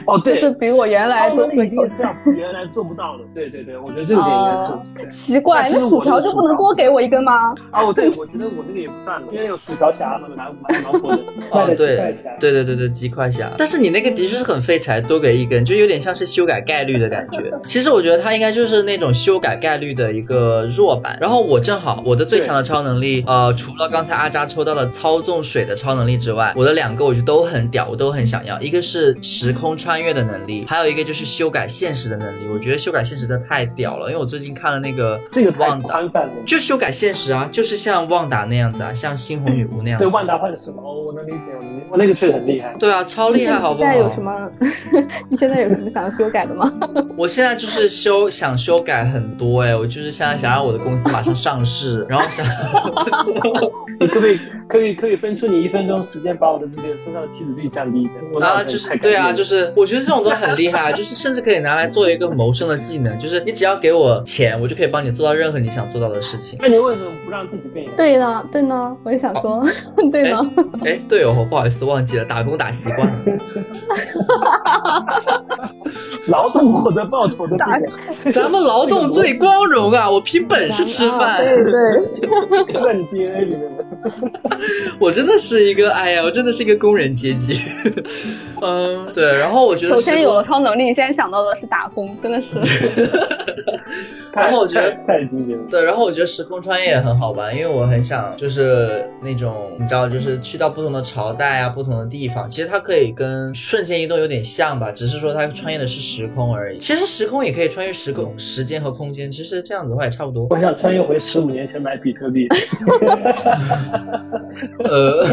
Speaker 2: 哦，
Speaker 3: 就
Speaker 2: 对，
Speaker 3: 是比我原来
Speaker 2: 超
Speaker 3: 多
Speaker 2: 能
Speaker 3: 喝
Speaker 2: 力
Speaker 3: 一
Speaker 2: 一
Speaker 3: 口
Speaker 2: 定
Speaker 3: 水。
Speaker 2: 是啊要原来做不到的。对对对，我觉得这个点应该
Speaker 1: 哦
Speaker 2: 是对。
Speaker 3: 奇怪，
Speaker 2: 但是
Speaker 3: 那薯
Speaker 2: 我的
Speaker 3: 条就不
Speaker 2: 薯
Speaker 3: 能
Speaker 2: 条
Speaker 3: 多给我一根吗？
Speaker 2: 啊，我对我觉得我那个也不算了，因为有薯条侠嘛，蛮蛮 蛮火的，卖啊
Speaker 1: 哦，
Speaker 2: 的几
Speaker 1: 对
Speaker 2: 块钱。
Speaker 1: 对对对对，鸡块侠。但是你那个的确是很废柴，多给一根，就有点像是修改概率的感觉。其实我觉得它应该就是那种修改概率的一个弱版。然后我正好我的最强的超能力，呃，除了刚才阿扎抽到的操纵水的超能力之外，我的两个我觉得都很屌，我都很想要。一个是时空穿越的能力，还有一个就是修改现实的能力。我觉得修改现实真的太屌了，因为我最近看了那个
Speaker 2: 这个太
Speaker 1: 旺达。
Speaker 2: 宽泛了。
Speaker 1: 就修改现实啊，就是像旺达那样子啊，像猩红女巫那样子。
Speaker 2: 对，万达幻视嘛，哦，我能理解，我能理解，我那个确实很厉害。
Speaker 1: 对啊，超
Speaker 3: 你
Speaker 1: 厉
Speaker 3: 现
Speaker 1: 害，好不好？
Speaker 3: 在有什么？你现在有什么想要修改的吗？
Speaker 1: 我现在就是修想修改很多哎、我就是现在想让我的公司马上上市， 然后想
Speaker 2: 你可不可以可以可以分出你一分钟时间，把我的这个身上的体脂率降低一点？我脑
Speaker 1: 啊，
Speaker 2: 子
Speaker 1: 就是
Speaker 2: 太
Speaker 1: 对啊，
Speaker 2: 感
Speaker 1: 就
Speaker 2: 谢了
Speaker 1: 是我觉得这种都很厉害啊，就是甚至可以拿来做一个谋生的技能，就是你只要给我钱，我就可以帮你做到任何你想做到的事情。
Speaker 2: 那你为什么不让自己变颜？
Speaker 3: 对呢，对呢，我也
Speaker 2: 哦
Speaker 3: 想说， 对呢。
Speaker 1: 哎，对哦，不好意思忘记了，打工打习惯 了。
Speaker 2: 劳动获得报酬的这个，
Speaker 1: 咱们劳动最光荣啊！我凭本事吃
Speaker 3: 啊
Speaker 1: 饭，
Speaker 3: 对对，
Speaker 2: 刻在你 DNA 里面的。
Speaker 1: 我真的是一个，哎呀，我真的是一个工人阶 级。嗯，对。然后我觉得
Speaker 3: 首
Speaker 1: 时
Speaker 3: 先
Speaker 1: 光
Speaker 3: 有了超能力，现在想到的是打工，真的是
Speaker 1: 然后我觉得
Speaker 2: 太太经典了。
Speaker 1: 对，然后我觉得时空穿越也很好玩，因为我很想就是那种你知道，就是去到不同的朝代啊，不同的地方，其实它可以跟瞬间移动有点像吧，只是说它穿越的是时空而已。其实时空也可以穿越时空、时间和空间，其实这样子的话也差不多。
Speaker 2: 我想穿越回十五年前买比特币，
Speaker 1: 呃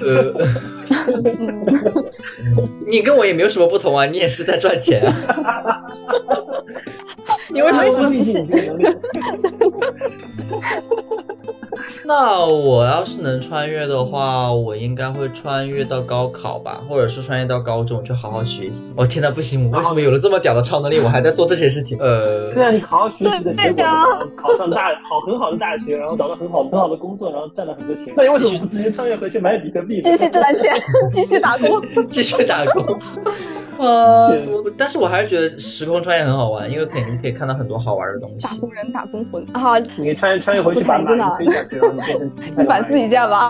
Speaker 1: 呃，你跟我也没有什么不同啊，你也是在赚钱啊。 你为什么
Speaker 3: 不
Speaker 1: 不
Speaker 3: 是
Speaker 2: 毕竟你这个能力，
Speaker 1: 那我要是能穿越的话，我应该会穿越到高考吧，或者是穿越到高中去好好学习。我、天呐，不行，我为什么有了这么屌的超能力，我还在做这些事情？呃，
Speaker 2: 对啊，你好好学习的结
Speaker 3: 对
Speaker 2: 果
Speaker 3: 对啊，
Speaker 2: 考上大好很好的大学，然后找到很好很好的工作，然后赚了很多钱。那你为什么不直接穿越回去买比特币呢？
Speaker 3: 继续赚钱，继续 打工。
Speaker 1: 继续打工。呃，
Speaker 2: 对
Speaker 1: 怎么？但是我还是觉得时空穿越很好玩，因为肯定可以看到很多好玩的东
Speaker 3: 打
Speaker 1: 西。
Speaker 3: 工人打工 魂啊！你
Speaker 2: 你可以穿越穿越回去把马云推下去，然后你变成金牌
Speaker 3: 反
Speaker 2: 马
Speaker 3: 思
Speaker 2: 云。
Speaker 3: 一下吧。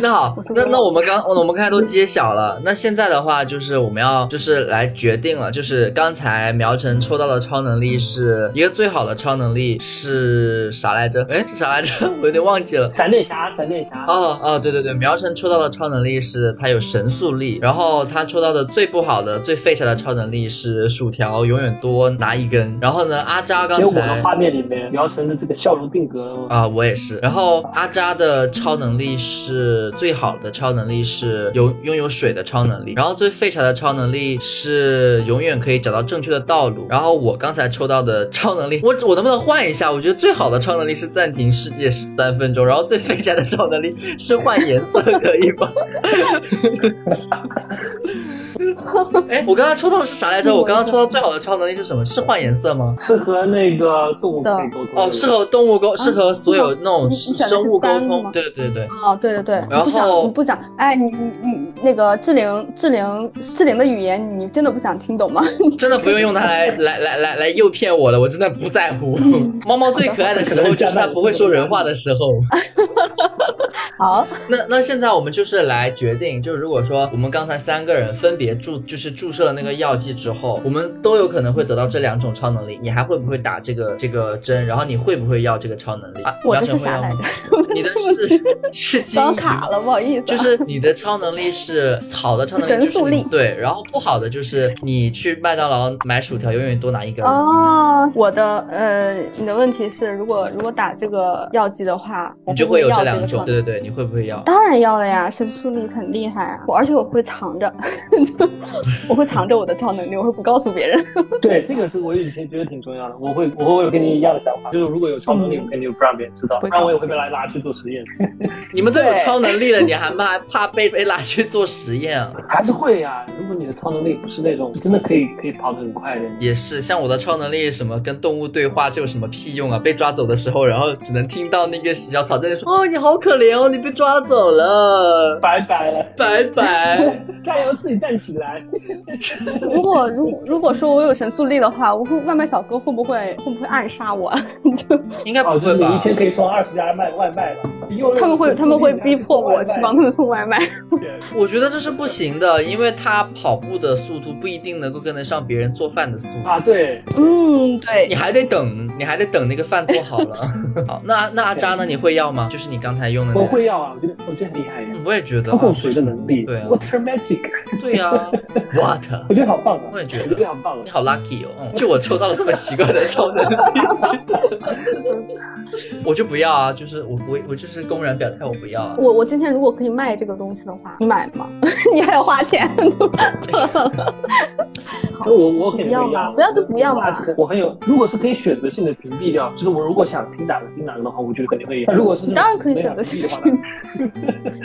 Speaker 1: 那好，那那我们刚我们刚才都揭晓了，那现在的话就是我们要就是来决定了，就是刚才苗晨抽到的超能力是一个最好的超能力是啥来着？哎，是啥来着？ 我有点忘记了。
Speaker 2: 闪电侠，闪电侠，
Speaker 1: 哦哦，对对对，苗晨抽到的超能力是他有神速力，然后他抽到的最不好的、最废柴的超能力是薯条永远多拿一根。然后呢，阿扎刚
Speaker 2: 结
Speaker 1: 才
Speaker 2: 果我的画面里面，苗晨的这个笑容定格，
Speaker 1: 啊、我也是。然后阿扎的超能力是最好的超能力是有拥有水的超能力，然后最废柴的超能力是永远可以找到正确的道路。然后我刚才抽到的超能力，我我能不能换一下？我觉得最好的超能力是暂停世界十三分钟，然后最废柴的超能力是换颜色， 可以吗？哎，我刚刚抽到的是啥来着？我刚刚抽到最好的超能力是什么？是换颜色吗？
Speaker 2: 是和那个动物可以沟通的
Speaker 1: 哦，适合动物沟，适合所有那种
Speaker 3: 啊你你选的
Speaker 1: 生
Speaker 3: 是
Speaker 1: 物沟
Speaker 3: 三
Speaker 1: 通。
Speaker 3: 吗
Speaker 1: 对对对对，
Speaker 3: 哦，对对对，
Speaker 1: 然
Speaker 3: 你不
Speaker 1: 后
Speaker 3: 想你不想，哎，你你你那个志玲志玲志玲的语言，你真的不想听懂吗？
Speaker 1: 真的不用用它来来来来来诱骗我了，我真的不在乎。
Speaker 3: 嗯
Speaker 1: 猫猫最可爱的时候就是它不会说人话的时 候。
Speaker 3: 好，
Speaker 1: 那那现在我们就是来决定，就如果说我们刚才三个人分别注就是注射了那个药剂之后，我们都有可能会得到这两种超能力。你还会不会打这个这个针？然后你会不会要这个超能力？啊、
Speaker 3: 我
Speaker 1: 你
Speaker 3: 这
Speaker 1: 要成
Speaker 3: 是
Speaker 1: 为
Speaker 3: 啥
Speaker 1: 药
Speaker 3: 来
Speaker 1: 吗
Speaker 3: 着？
Speaker 1: 你的 是是金
Speaker 3: 刚
Speaker 1: 鱼
Speaker 3: 卡了，不好 意思啊。
Speaker 1: 就是 你的超能力是好的超能力，
Speaker 3: 神速力
Speaker 1: 就是你对，然后不好的就是你去麦当劳买薯条，永远多拿一根。
Speaker 3: 哦，我的呃，你的问题是，如果如果打这个药剂的话，我
Speaker 1: 你就会有
Speaker 3: 不
Speaker 1: 这
Speaker 3: 要
Speaker 1: 两
Speaker 3: 个
Speaker 1: 种，
Speaker 3: 抗
Speaker 1: 对对对，你会不会要？
Speaker 3: 当然要了呀，神速力很厉害啊！我而且我会藏着， 我会藏着我的超能力，我会不告诉别人。
Speaker 2: 对，这个是我以前觉得挺重要的。我会，我会跟你一样的想法，就是如果有超
Speaker 3: 嗯
Speaker 2: 能力，我肯定不让别人知道，不
Speaker 3: 不
Speaker 2: 然我也会被拉拉去做实验。
Speaker 1: 你们都有
Speaker 3: 对
Speaker 1: 超能力了，你还怕怕被被拉去做实验啊？
Speaker 2: 还是会呀、如果你的超能力不是那种真的可以可以跑得很快的，
Speaker 1: 也是，像我的超能力什么跟动物对话，这有什么屁用啊？被抓走的时候，然后只能听到那个小草在那说：“哦，你好可怜哦，你被抓走了，
Speaker 2: 拜拜了，
Speaker 1: 拜 拜。
Speaker 2: 加油，自己站起来。
Speaker 3: 如果如果如果说我有神速力的话，我会外卖小哥会不会会不会暗杀我？ 就”
Speaker 1: 应该
Speaker 2: 哦，
Speaker 1: 不
Speaker 2: 就
Speaker 1: 会
Speaker 2: 是你一
Speaker 1: 吧？
Speaker 2: 天可以送二十家卖外卖吧？又
Speaker 3: 他们会他们会逼迫我去帮他们送外卖。
Speaker 1: 我觉得这是不行的，因为他跑步的速度不一定能够跟得上别人做饭的速度。
Speaker 2: 啊，对，
Speaker 3: 嗯，
Speaker 1: 你
Speaker 3: 对，
Speaker 1: 还得等，你还得等那个饭做好了。 好，那那阿扎呢？你会要吗？就是你刚才用的那
Speaker 2: 我
Speaker 1: 个。
Speaker 2: 会要啊，我觉得我觉得很厉害耶，
Speaker 1: 嗯我也觉得
Speaker 2: 操控水的能力
Speaker 1: 对啊
Speaker 2: ，water magic，
Speaker 1: 对 呀、w h a t
Speaker 2: 我觉得好棒啊，
Speaker 1: 我也觉得
Speaker 2: 我觉得好棒啊
Speaker 1: 你。好 lucky 哦，嗯就我抽到了这么奇怪的 超能力，我就不要啊，就是我不会，我就是公然表态我不要啊。
Speaker 3: 我我今天如果可以卖这个东西的话，你买吗？ 你还要花钱， 算了算了。
Speaker 2: 我我肯定
Speaker 3: 不要
Speaker 2: 会
Speaker 3: 嘛不要就不要嘛
Speaker 2: 我是很我很有，如果是可以选择性的屏蔽掉，就是我如果想听哪个听哪个的话，我觉得肯定会要。那如果是
Speaker 3: 你当然可以选择
Speaker 2: 性
Speaker 3: 性
Speaker 2: 的话呢，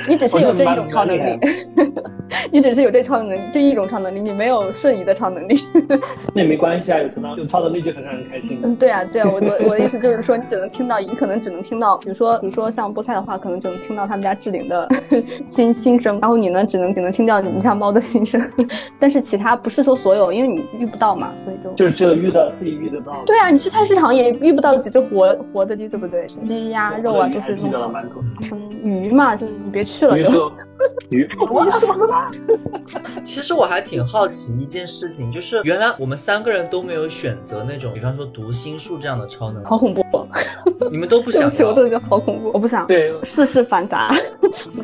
Speaker 3: 你只是有这一种超能
Speaker 2: 我觉
Speaker 3: 力， 你只是有这超能这一种超能力，你没有瞬移的超能力。
Speaker 2: 那也没关系啊，有超能有超能力就很让人开心。
Speaker 3: 嗯，对啊，对啊，我我我的意思就是说，你只能听到，你可能只能听到，比如说，比如说像菠菜的话，可能只能听到他们家志玲的 心心声，然后你呢，只能只能听到你们家猫的心声， 但是其他不是说所有，因为你遇不到嘛，所以就
Speaker 2: 就是只有遇到自己遇得到的。
Speaker 3: 对啊，你去菜市场也遇不到几只活活的鸡，对不对？鸡鸭肉啊这些
Speaker 2: 遇
Speaker 3: 东
Speaker 2: 到了
Speaker 3: 西，
Speaker 2: 蛮多。
Speaker 3: 嗯鱼嘛，就是你别去了
Speaker 2: 鱼
Speaker 3: 就。
Speaker 2: 和鱼，
Speaker 3: 我死了！
Speaker 1: 其实我还挺好奇一件事情，就是原来我们三个人都没有选择那种，比方说读心术这样的超能
Speaker 3: 好
Speaker 1: 力，
Speaker 3: 恐怖，
Speaker 1: 你们都不
Speaker 3: 对
Speaker 1: 想啊
Speaker 3: 不起，我
Speaker 1: 要。
Speaker 3: 真的觉得好恐怖，我不想。
Speaker 2: 对，
Speaker 3: 世事繁杂，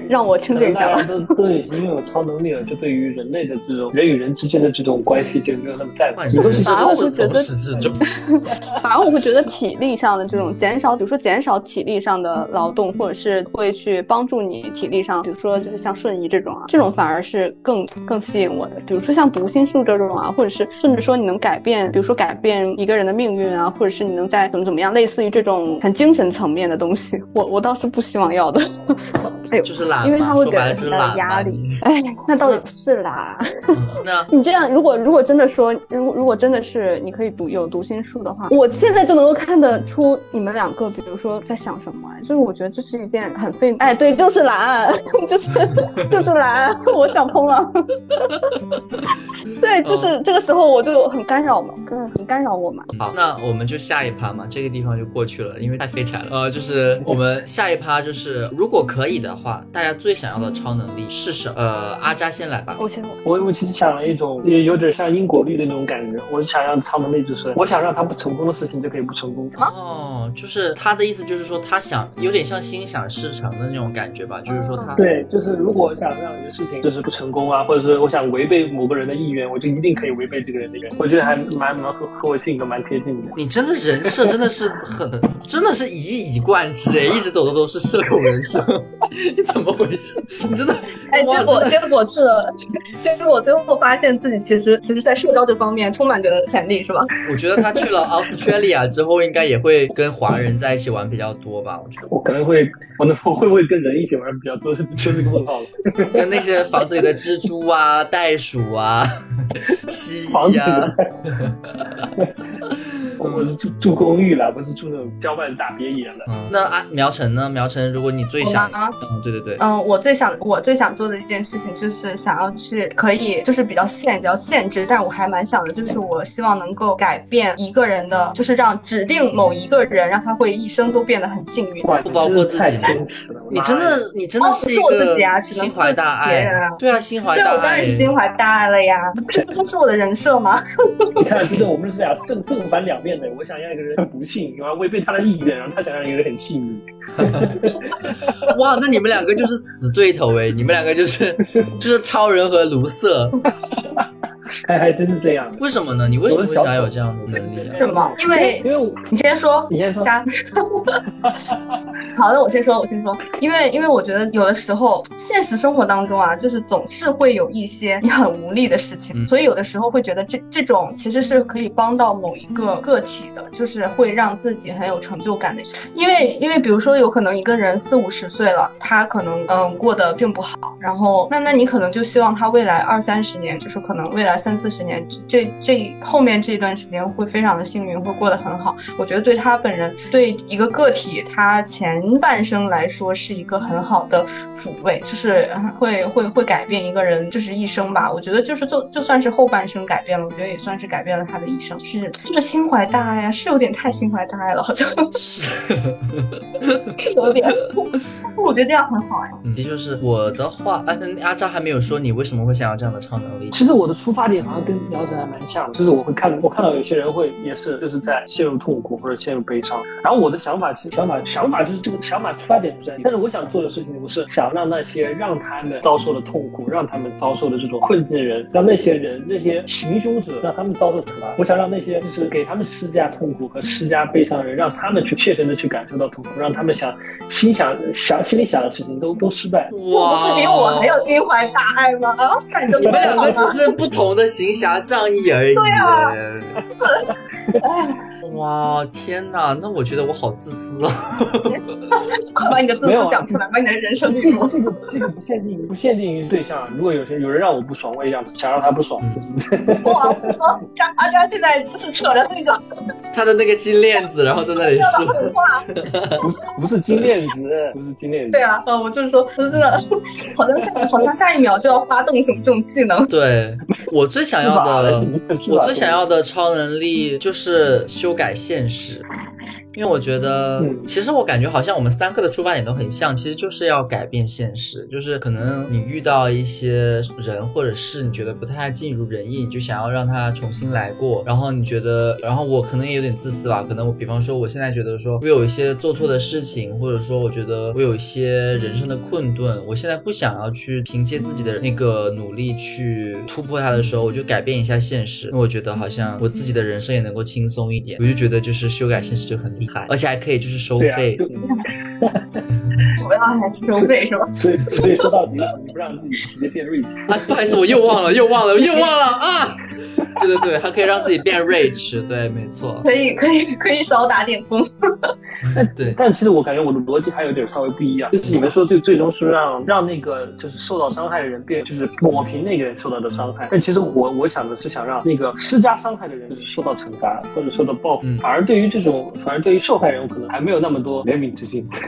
Speaker 3: 让我清点一下吧。
Speaker 2: 都对拥有超能力了，就对于人类的这种人与人之间的这种关系就没有那么在乎。你都是
Speaker 3: 反而我是觉
Speaker 1: 从
Speaker 3: 得
Speaker 1: 始至终，
Speaker 3: 反而我会觉得体力上的这种减少，比如说减少体力上的劳动，或者是会去帮助你体力上，比如说就是像瞬移这种啊，这种反而是更更吸引我的。比如说像读心术这种啊，或者是甚至说你能改变，比如说改变一个人的命运啊，或者是你能在怎么怎么样，类似于这种很精神层面的东西，我我倒是不希望要的。 哎呦，
Speaker 1: 就是懒嘛，
Speaker 3: 因为他会
Speaker 1: 说
Speaker 3: 给
Speaker 1: 白了
Speaker 3: 人
Speaker 1: 就是
Speaker 3: 很大
Speaker 1: 懒
Speaker 3: 的压
Speaker 1: 嘛
Speaker 3: 力
Speaker 1: 你。
Speaker 3: 哎，那倒也不是啦。
Speaker 1: 那
Speaker 3: 你这样，如果如果真的说，如果如果真的是你可以读有读心术的话，我现在就能够看得出你们两个，比如说在想什么、哎就是我觉得这是一件很费，哎，对，就是懒， 就是就是懒，我想通了。 对，就是这个时候我就很干扰嘛，嗯，很干扰我嘛。
Speaker 1: 好，那我们就下一趴嘛，这个地方就过去了，因为太废柴了。呃， 就是我们下一趴就是，如果可以的话，大家最想要的超能力是什么？呃，阿扎先来吧。
Speaker 3: 我先
Speaker 2: 我我其实想了一种也有点像因果律的那种感觉，我想要超能力就是，我想让他不成功的事情就可以不成功。
Speaker 1: 哦，就是他的意思，就是说他想有点像心想事成的那种感觉吧，就是说他
Speaker 2: 对，就是如果我想让一个事情就是不成功啊，或者是我想违背某个人的意愿，我就一定可以违背这个人的意愿。我觉得还蛮蛮和和我性格蛮贴近的。
Speaker 1: 你真的人设真的是很，真的是一以贯之哎，一直走的都是社恐人设， 你怎么回事？你真的
Speaker 3: 哎，
Speaker 1: 哇
Speaker 3: 结果
Speaker 1: 真的
Speaker 3: 结果是，结果最后发现自己其实其实，在社交这方面充满着潜力，是吧？
Speaker 1: 我觉得他去了 Australia 之后，应该也会跟华人在一起玩比较多吧？我觉
Speaker 2: 我可能会，我能我会不会跟人一起玩比较多，是这是个问号了。
Speaker 1: 得跟那些房子里的蜘蛛啊、袋鼠啊、 蜥
Speaker 2: 房
Speaker 1: 蜴
Speaker 2: 子里
Speaker 1: 呀、啊
Speaker 2: 的，我我是住住公寓了，不是住那种郊外的大别野了。
Speaker 1: 嗯，那啊，苗晨呢？苗晨，如果你最想
Speaker 3: 我，吗
Speaker 1: 嗯，对对对，
Speaker 3: 嗯，我最想我最想做的一件事情就是想要去可以就是比较限比较限制，但是我还蛮想的，就是我希望能够改变一个人的，就是让指定某一个人，让他会一生都变得很幸运。
Speaker 2: 哇，
Speaker 1: 不包括自己吗
Speaker 2: 你真是太天使了，我
Speaker 1: 你
Speaker 2: 妈
Speaker 1: 真
Speaker 2: 呀
Speaker 1: 的，你真的
Speaker 3: 哦
Speaker 1: 是
Speaker 3: 不
Speaker 1: 一
Speaker 3: 是我自己啊
Speaker 1: 个
Speaker 3: 只能
Speaker 1: 心怀大
Speaker 3: 是别
Speaker 1: 爱
Speaker 3: 人啊，
Speaker 1: 对啊，心怀
Speaker 3: 对，
Speaker 1: 大
Speaker 3: 我当
Speaker 1: 爱
Speaker 3: 然，心怀大爱了呀，这不就是我的人设吗？
Speaker 2: 你看，这是我们是俩正正反两面的。我想让一个人很不幸，我要违背他的意愿，然后他想让一个人很幸运。
Speaker 1: 哇，那你们两个就是死对头哎，你们两个就是就是超人和卢瑟，
Speaker 2: 还还真是这样的。
Speaker 1: 为什么呢？你为什么会想要有这样的能力啊？
Speaker 3: 是吗？因为
Speaker 2: 因为我
Speaker 3: 你先说，
Speaker 2: 你先说，
Speaker 3: 加。好的，我先说，我先说，因为因为我觉得有的时候现实生活当中啊，就是总是会有一些你很无力的事情，
Speaker 1: 嗯
Speaker 3: 所以有的时候会觉得这这种其实是可以帮到某一个个体的，就是会让自己很有成就感的。因为因为比如说有可能一个人四五十岁了，他可能嗯过得并不好，然后那那你可能就希望他未来二三十年，就是可能未来三四十年这这这后面这一段时间会非常的幸运，会过得很好。我觉得对他本人，对一个个体，他前半生来说是一个很好的抚慰，就是呃会会会改变一个人就是一生吧。我觉得就是就就算是后半生改变了，我觉得也算是改变了他的一生。是就是心怀大爱啊，是有点太心怀大爱了， 好像
Speaker 1: 是，
Speaker 3: 是有点。我觉得这样很好哎。
Speaker 1: 嗯的确是我的话，啊，那阿扎还没有说你为什么会想要这样的超能力。
Speaker 2: 其实我的出发点好像跟苗晨还蛮像的，就是我会看，我看到有些人会也是就是在陷入痛苦或者陷入悲伤，然后我的想法其实想法想法就是这个想法出发点不是很，但是我想做的事情我是想让那些让他们遭受的痛苦，让他们遭受的这种困境的人，让那些人那些行凶者让他们遭受惩罚，我想让那些就是给他们施加痛苦和施加悲伤的人，让他们去切身的去感受到痛苦，让他们想心想想心里想的事情都都失败，
Speaker 3: 这
Speaker 1: 哇，
Speaker 3: 不是比我还要心怀大爱吗？啊，感觉
Speaker 1: 你们两
Speaker 3: 好
Speaker 1: 个
Speaker 3: 吗
Speaker 1: 只是不同的行侠仗义而已。对
Speaker 3: 啊
Speaker 1: 哇，天哪！那我觉得我好自私啊。
Speaker 3: 把你的字
Speaker 2: 没有
Speaker 3: 都
Speaker 2: 啊
Speaker 3: 讲出来，把你的人
Speaker 2: 这
Speaker 3: 生
Speaker 2: 个
Speaker 3: 剧
Speaker 2: 这
Speaker 3: 透
Speaker 2: 个。这个这个不限定不限定于对象，如果有些有人让我不爽，我也想想让他不爽。
Speaker 1: 嗯
Speaker 3: 哇，我说张阿张现在就是扯着那个
Speaker 1: 他的那个金链子，然后在那里说，
Speaker 3: 话，
Speaker 2: 不是不是金链子，不是金链子
Speaker 3: 对。啊，呃，我就是说，不是的，好像下好像下一秒就要发动什么这种技能，
Speaker 1: 对我最想 要的
Speaker 2: 是吧是吧
Speaker 1: 我最想要的超能力就是修改现实，因为我觉得
Speaker 2: 嗯，
Speaker 1: 其实我感觉好像我们三个的出发点都很像，其实就是要改变现实，就是可能你遇到一些人或者事，你觉得不太尽如人意，你就想要让他重新来过，然后你觉得，然后我可能也有点自私吧，可能我比方说我现在觉得说我有一些做错的事情，或者说我觉得我有一些人生的困顿，我现在不想要去凭借自己的那个努力去突破它的时候，我就改变一下现实，那我觉得好像我自己的人生也能够轻松一点，我就觉得就是修改现实就很厉害，而且还可以就是收
Speaker 2: 对啊
Speaker 1: 费，嗯
Speaker 2: 就
Speaker 3: 主要还是收费是吧？
Speaker 2: 所以所以说到底，为什么你不让自己直接变瑞士？
Speaker 1: 啊，不好意思，我又忘了，又忘 了，又忘了啊！对对对，还可以让自己变 rich，对，没错，
Speaker 3: 可以可以可以少打点工。
Speaker 1: 对，
Speaker 2: 但其实我感觉我的逻辑还有点稍微不一样，就是你们说最最终是让让那个就是受到伤害的人变，就是抹平那个人受到的伤害。但其实我我想的是想让那个施加伤害的人就是受到惩罚或者受到报复
Speaker 1: 嗯，
Speaker 2: 反而对于这种反而对于受害人，我可能还没有那么多怜悯之心。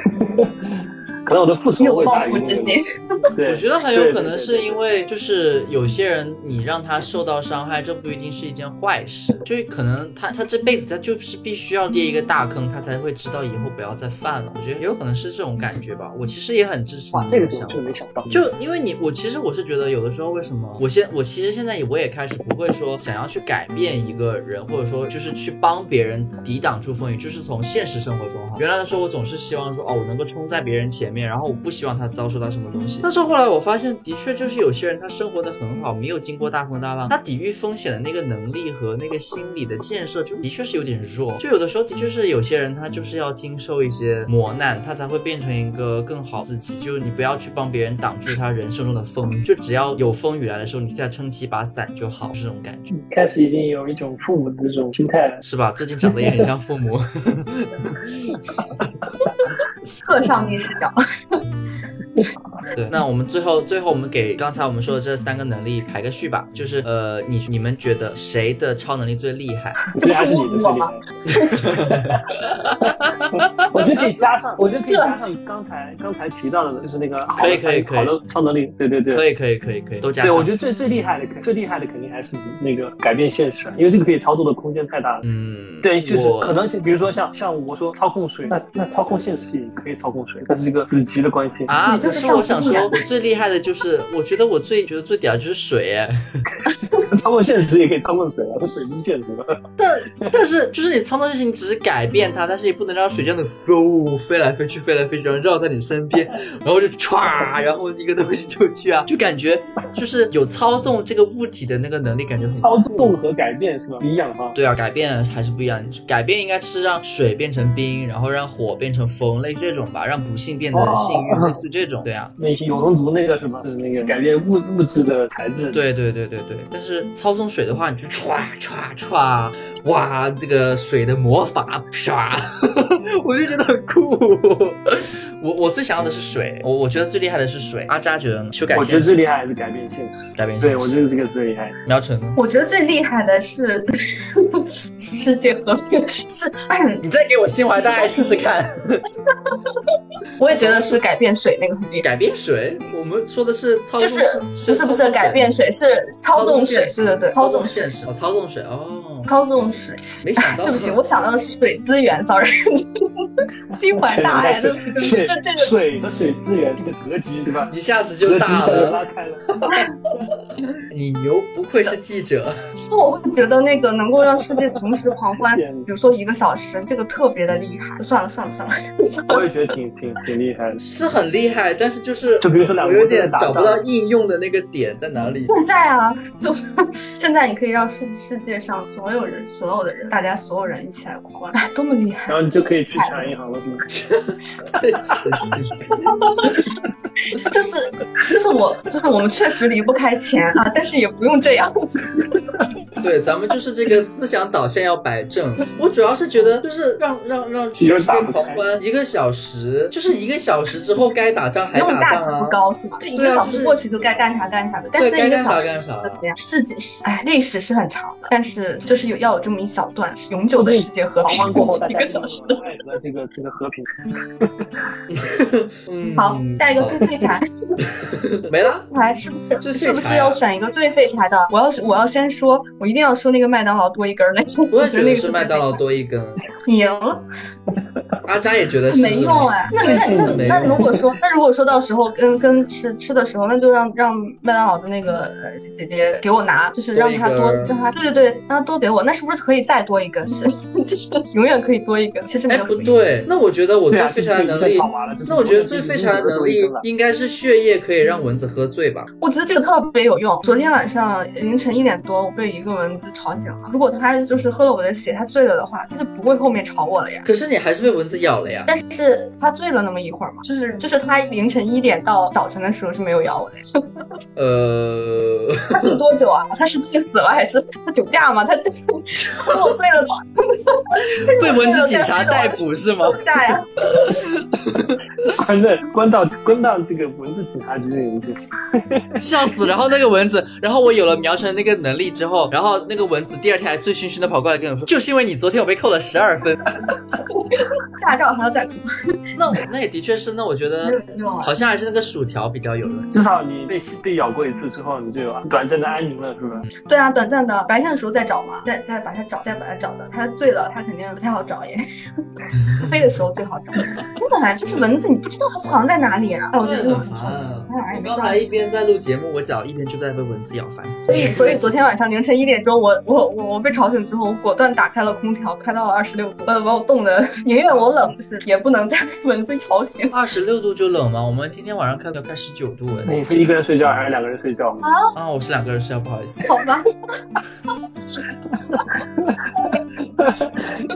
Speaker 2: 可能我的复仇会大于那个。对，
Speaker 1: 我觉得很有可能
Speaker 2: 对对对
Speaker 1: 是因为，就是有些人你让他受到伤害，这不一定是一件坏事，就是可能他他这辈子他就是必须要跌一个大坑，他才会知道以后不要再犯了。我觉得也有可能是这种感觉吧。我其实也很支持
Speaker 2: 哇，
Speaker 1: 你
Speaker 2: 这个
Speaker 1: 的
Speaker 2: 是我
Speaker 1: 想法
Speaker 2: 真的。没想到。
Speaker 1: 就因为你，我其实我是觉得有的时候为什么我现我其实现在也我也开始不会说想要去改变一个人，或者说就是去帮别人抵挡住风雨，就是从现实生活中哈。原来的时候我总是希望说哦，我能够冲在别人前面，然后我不希望他遭受到什么东西。但是后来我发现，的确就是有些人他生活的很好，没有经过大风大浪，他抵御风险的那个能力和那个心理的建设，就的确是有点弱。就有的时候的确是有些人他就是要经受一些磨难，他才会变成一个更好自己。就是你不要去帮别人挡住他人生中的风雨，就只要有风雨来的时候，你替他撑起一把伞就好，是这种感觉，
Speaker 2: 开始已经有一种父母的这种心态了。
Speaker 1: 是吧？最近长得也很像父 母。
Speaker 3: 课上帝视角。
Speaker 1: 对，那我们最后最后我们给刚才我们说的这三个能力排个序吧，就是呃，你你们觉得谁的超能力最厉害？
Speaker 2: 我觉得还是你的最厉害。我觉得可以加上，我觉得可以加上刚才刚才提到的，就是那个好
Speaker 1: 可以
Speaker 2: 的
Speaker 1: 可以可以
Speaker 2: 好的超能力，对对对，
Speaker 1: 可以可以可以可以，都加
Speaker 2: 对，
Speaker 1: 上。
Speaker 2: 我觉得最最厉害的，最厉害的肯定还是那个改变现实，因为这个可以操作的空间太大了。
Speaker 1: 嗯，
Speaker 2: 对，就是
Speaker 1: 我
Speaker 2: 可能就比如说像像我说操控水，那那操控现实也可以操控水，但是这个子集的关系，
Speaker 1: 啊，
Speaker 3: 你就
Speaker 1: 可
Speaker 3: 是
Speaker 1: 是我
Speaker 3: 上
Speaker 1: 想
Speaker 3: 帝
Speaker 1: 说
Speaker 3: 呀，
Speaker 1: 我最厉害的就是，我觉得我最觉得最屌的就是水哎，
Speaker 2: 操控现实也可以操控水啊，水不是现实吗？
Speaker 1: 但是就是你操纵事情，你只是改变它，但是你不能让水这样的嗖飞来飞去，飞来飞去，然后绕在你身边，然后就歘，然后一个东西就去啊，就感觉就是有操纵这个物体的那个能力，感觉很
Speaker 2: 操纵和改变是吧？不一样哈。
Speaker 1: 对啊，改变还是不一样。改变应该是让水变成冰，然后让火变成风，类似这种吧，让不幸变得幸运，
Speaker 2: 哦
Speaker 1: 类似这种。对啊，
Speaker 2: 那个永恒族那个是吧？就是那个改变物物质的材质。
Speaker 1: 对对对对对。但是操纵水的话，你就歘歘歘，哇，这个水的魔法啪， 我就觉得很酷。我我最想要的是水，我我觉得最厉害的是水。阿扎觉得呢？修改
Speaker 2: 我觉
Speaker 1: 现
Speaker 2: 得最
Speaker 1: 实，
Speaker 2: 厉害还是改变现实。
Speaker 1: 改变现
Speaker 2: 对，
Speaker 1: 实。
Speaker 2: 我觉得这个最厉害。
Speaker 1: 苗晨呢？
Speaker 3: 我觉得最厉害的是世界和平，是
Speaker 1: 你再给我心怀大爱试试看。
Speaker 3: 我也觉得是改变水那个很厉害。
Speaker 1: 改变水，我们说的是操纵，
Speaker 3: 就是不是不是改变水，是操纵水，对对对，
Speaker 1: 操
Speaker 3: 操
Speaker 1: 纵
Speaker 3: 纵水，
Speaker 1: 现实，哦，操纵水哦，
Speaker 3: 操纵水。
Speaker 1: 没想到，
Speaker 3: 对不起，我想到的是水资源，sorry，心怀大爱，对
Speaker 2: 水
Speaker 3: 不起，对不
Speaker 2: 水
Speaker 3: 起，这这个
Speaker 2: 水和水资源这个格局，对吧？
Speaker 1: 一下子
Speaker 2: 格
Speaker 1: 就
Speaker 2: 局
Speaker 1: 大
Speaker 2: 向上
Speaker 1: 了，
Speaker 2: 拉开了。
Speaker 1: 你牛，不愧是记者，
Speaker 3: 是我会觉得那个能够让世界同时狂欢，
Speaker 2: 天
Speaker 3: 比如说一个小时，这个特别的厉害。算了算了算了，
Speaker 2: 我也觉得挺挺挺厉害的。
Speaker 1: 是很厉害，但是就是
Speaker 2: 就比如说两
Speaker 1: 我有
Speaker 2: 个人在
Speaker 1: 点
Speaker 2: 打
Speaker 1: 找
Speaker 2: 仗
Speaker 1: 不到应用的那个点在哪 里。
Speaker 3: 现在啊，就 现在你可以让世世界上所有人、所有的人，大家所有人一起来狂欢，哎，多么厉害！
Speaker 2: 然后你就可以去抢银行了，是吗？
Speaker 3: 就是就是我就是我们确实离不开钱啊，但是也不用这样。
Speaker 1: 对，咱们就是这个思想导向要摆正。我主要是觉得，就是让让让全世界狂欢一个小时，就是一个小时之后该打仗
Speaker 3: 使
Speaker 1: 还
Speaker 3: 用
Speaker 1: 打
Speaker 3: 价值
Speaker 1: 仗
Speaker 3: 不
Speaker 1: 啊。
Speaker 3: 高是吧？对，一个小时过去就该干啥干啥的，但是那
Speaker 1: 对
Speaker 3: 一
Speaker 1: 该干
Speaker 3: 个
Speaker 1: 啥
Speaker 3: 小时
Speaker 1: 干啥啊
Speaker 3: 怎么样？世界是哎，历史是很长的，但是就是有要有这么一小段永久的世界和
Speaker 2: 狂
Speaker 3: 平
Speaker 2: 欢过后，大，
Speaker 3: 一
Speaker 2: 家
Speaker 3: 个小时。
Speaker 2: 爱和这个这个和平。
Speaker 1: 嗯，
Speaker 3: 好，下一个
Speaker 1: 好
Speaker 3: 最废柴，
Speaker 1: 没了。
Speaker 3: 柴是不
Speaker 1: 最
Speaker 3: 是
Speaker 1: 废
Speaker 3: 是不
Speaker 1: 柴
Speaker 3: 是
Speaker 1: 啊
Speaker 3: 要选一个最废柴的？我要是我要先说，我一定要说那个麦当劳多一根儿那个，
Speaker 1: 我也觉
Speaker 3: 觉那
Speaker 1: 得
Speaker 3: 个
Speaker 1: 是
Speaker 3: 最
Speaker 1: 麦当劳
Speaker 3: 废柴，
Speaker 1: 多一根。
Speaker 3: 你赢了。
Speaker 1: 阿扎也觉得是
Speaker 3: 没用哎、那那
Speaker 1: 真的没
Speaker 3: 那那
Speaker 1: 用
Speaker 3: 如果说，那如果说到时候跟跟吃吃的时候，那就让让麦当劳的那个呃姐姐给我拿，就是让她
Speaker 1: 多
Speaker 3: 多
Speaker 1: 一根儿
Speaker 3: 让她对对对，让她多给我，那是不是可以再多一根？就是 就是永远可以多一根，其实没
Speaker 1: 哎，
Speaker 3: 有
Speaker 1: 不对，那我觉得我
Speaker 2: 对
Speaker 1: 最
Speaker 2: 啊
Speaker 1: 废柴的能力，那我觉得最废柴的能力应该是血液可以让蚊子喝醉吧？
Speaker 3: 我觉得这个特别有用。昨天晚上凌晨一点多，我被一个蚊子吵醒了。如果它就是喝了我的血，它醉了的话，它就不会后面吵我了呀。
Speaker 1: 可是你还是被蚊子咬了呀。
Speaker 3: 但是它醉了那么一会儿嘛，就是就是它凌晨一点到早晨的时候是没有咬我的。
Speaker 1: 呃，
Speaker 3: 它醉多久啊？它是醉死了还是它酒驾吗？它喝我醉了的话，
Speaker 1: 被蚊子警察逮捕是吗？
Speaker 3: 酒驾呀。
Speaker 2: 关在关到关到这个文字警察局里去。
Speaker 1: 笑死！然后那个蚊子，然后我有了苗晨那个能力之后，然后那个蚊子第二天还醉醺醺的跑过来跟我说，就是因为你昨天我被扣了十二 分。
Speaker 3: 驾照还要再哭，
Speaker 1: 那我 那也的确是，那我觉
Speaker 3: 没
Speaker 1: 得
Speaker 3: 有用啊。
Speaker 1: 好像还是那个薯条比较有用。
Speaker 2: 至少你被被咬过一次之后，你就有短暂的安宁了，是吧？
Speaker 3: 对啊，短暂的白天的时候再找嘛，再再把它找，再把它找到。它醉了，它肯定不太好找也。 飞的时候最好找。真的啊，就是蚊子，你不知道它藏在 哪里啊。哎，我觉得真的很好奇，哎那玩意儿也
Speaker 1: 我
Speaker 3: 没
Speaker 1: 刚
Speaker 3: 办法
Speaker 1: 才一边在录节目，我脚一边就在被蚊子咬，烦死
Speaker 3: 所以，哎所以昨天晚上凌晨一点钟，我我我我被吵醒之后，我果断打开了空调，开到了二十六度，把把我冻得，宁愿我冷，就是也不能再 被蚊子吵醒。
Speaker 1: 二十六度就冷吗？我们天天晚上开到快十九度哎。
Speaker 2: 那你是一个人睡觉还是两个人睡觉？
Speaker 1: 啊，我是两个人睡，不好意思。
Speaker 3: 好吧，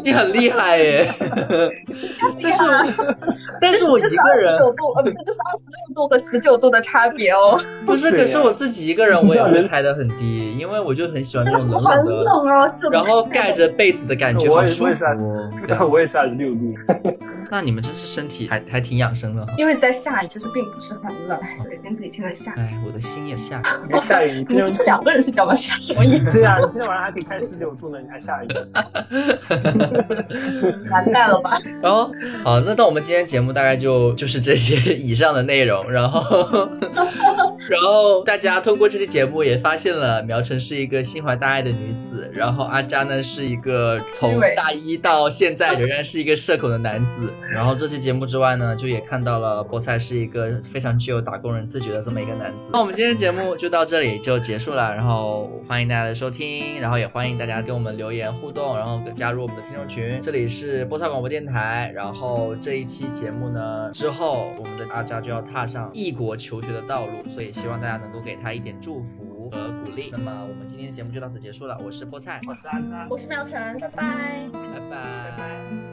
Speaker 1: 你很厉害 耶， 但是我，但是我一
Speaker 3: 哎这是
Speaker 1: 个
Speaker 3: 二十
Speaker 1: 人
Speaker 3: 九度，呃，不是，这是二十六度和十九度的差别哦，
Speaker 1: 不是，
Speaker 2: 对呀
Speaker 1: 可是我自己一个人，我也会开的很低，因 为我就很喜欢那种冷
Speaker 3: 很
Speaker 1: 冷的，
Speaker 3: 冷哦，是不是？
Speaker 1: 然后盖着被子的感觉，
Speaker 2: 我
Speaker 1: 好
Speaker 2: 也
Speaker 1: 舒
Speaker 2: 我也啊
Speaker 1: 服哦。对
Speaker 2: 然后 我也是二十六度，
Speaker 1: 那你们真是身体还还挺养生的哈。
Speaker 3: 因为在下雨，其实并不是很冷，哎北京这几天在下雨。
Speaker 1: 哎，我的心也下。
Speaker 2: 你还下雨，你今
Speaker 3: 你
Speaker 2: 天
Speaker 3: 们是两个人睡觉吗？下什么雨？
Speaker 2: 对啊呀、你今天晚上还可以开十九度呢，你还下雨。
Speaker 3: 完蛋了吧？
Speaker 1: 然后，哦好，那到我们今天节目大概就就是这些以上的内容。然 后，然后大家通过这期节目也发现了苗晨是一个心怀大爱的女子，然后阿扎呢是一个从大一到现在仍然是一个社恐的男子。然后这期节目之外呢，就也看到了菠菜是一个非常具有打工人自觉的这么一个男子。那我们今天节目就到这里就结束了，然后欢迎大家的收听，然后也欢迎大家跟我们留言互动，然后加入我们的听众群。这里是菠菜广播电台，然后这一期节目呢之后，我们的阿扎就要踏上异国求学的道路，所以希望大家能够给他一点祝福和鼓励。那么我们
Speaker 2: 啊
Speaker 1: 今天的节目就到此结束了，我是菠菜，
Speaker 2: 我是安安。
Speaker 3: 我是妙晨，拜拜。
Speaker 1: 拜拜。拜拜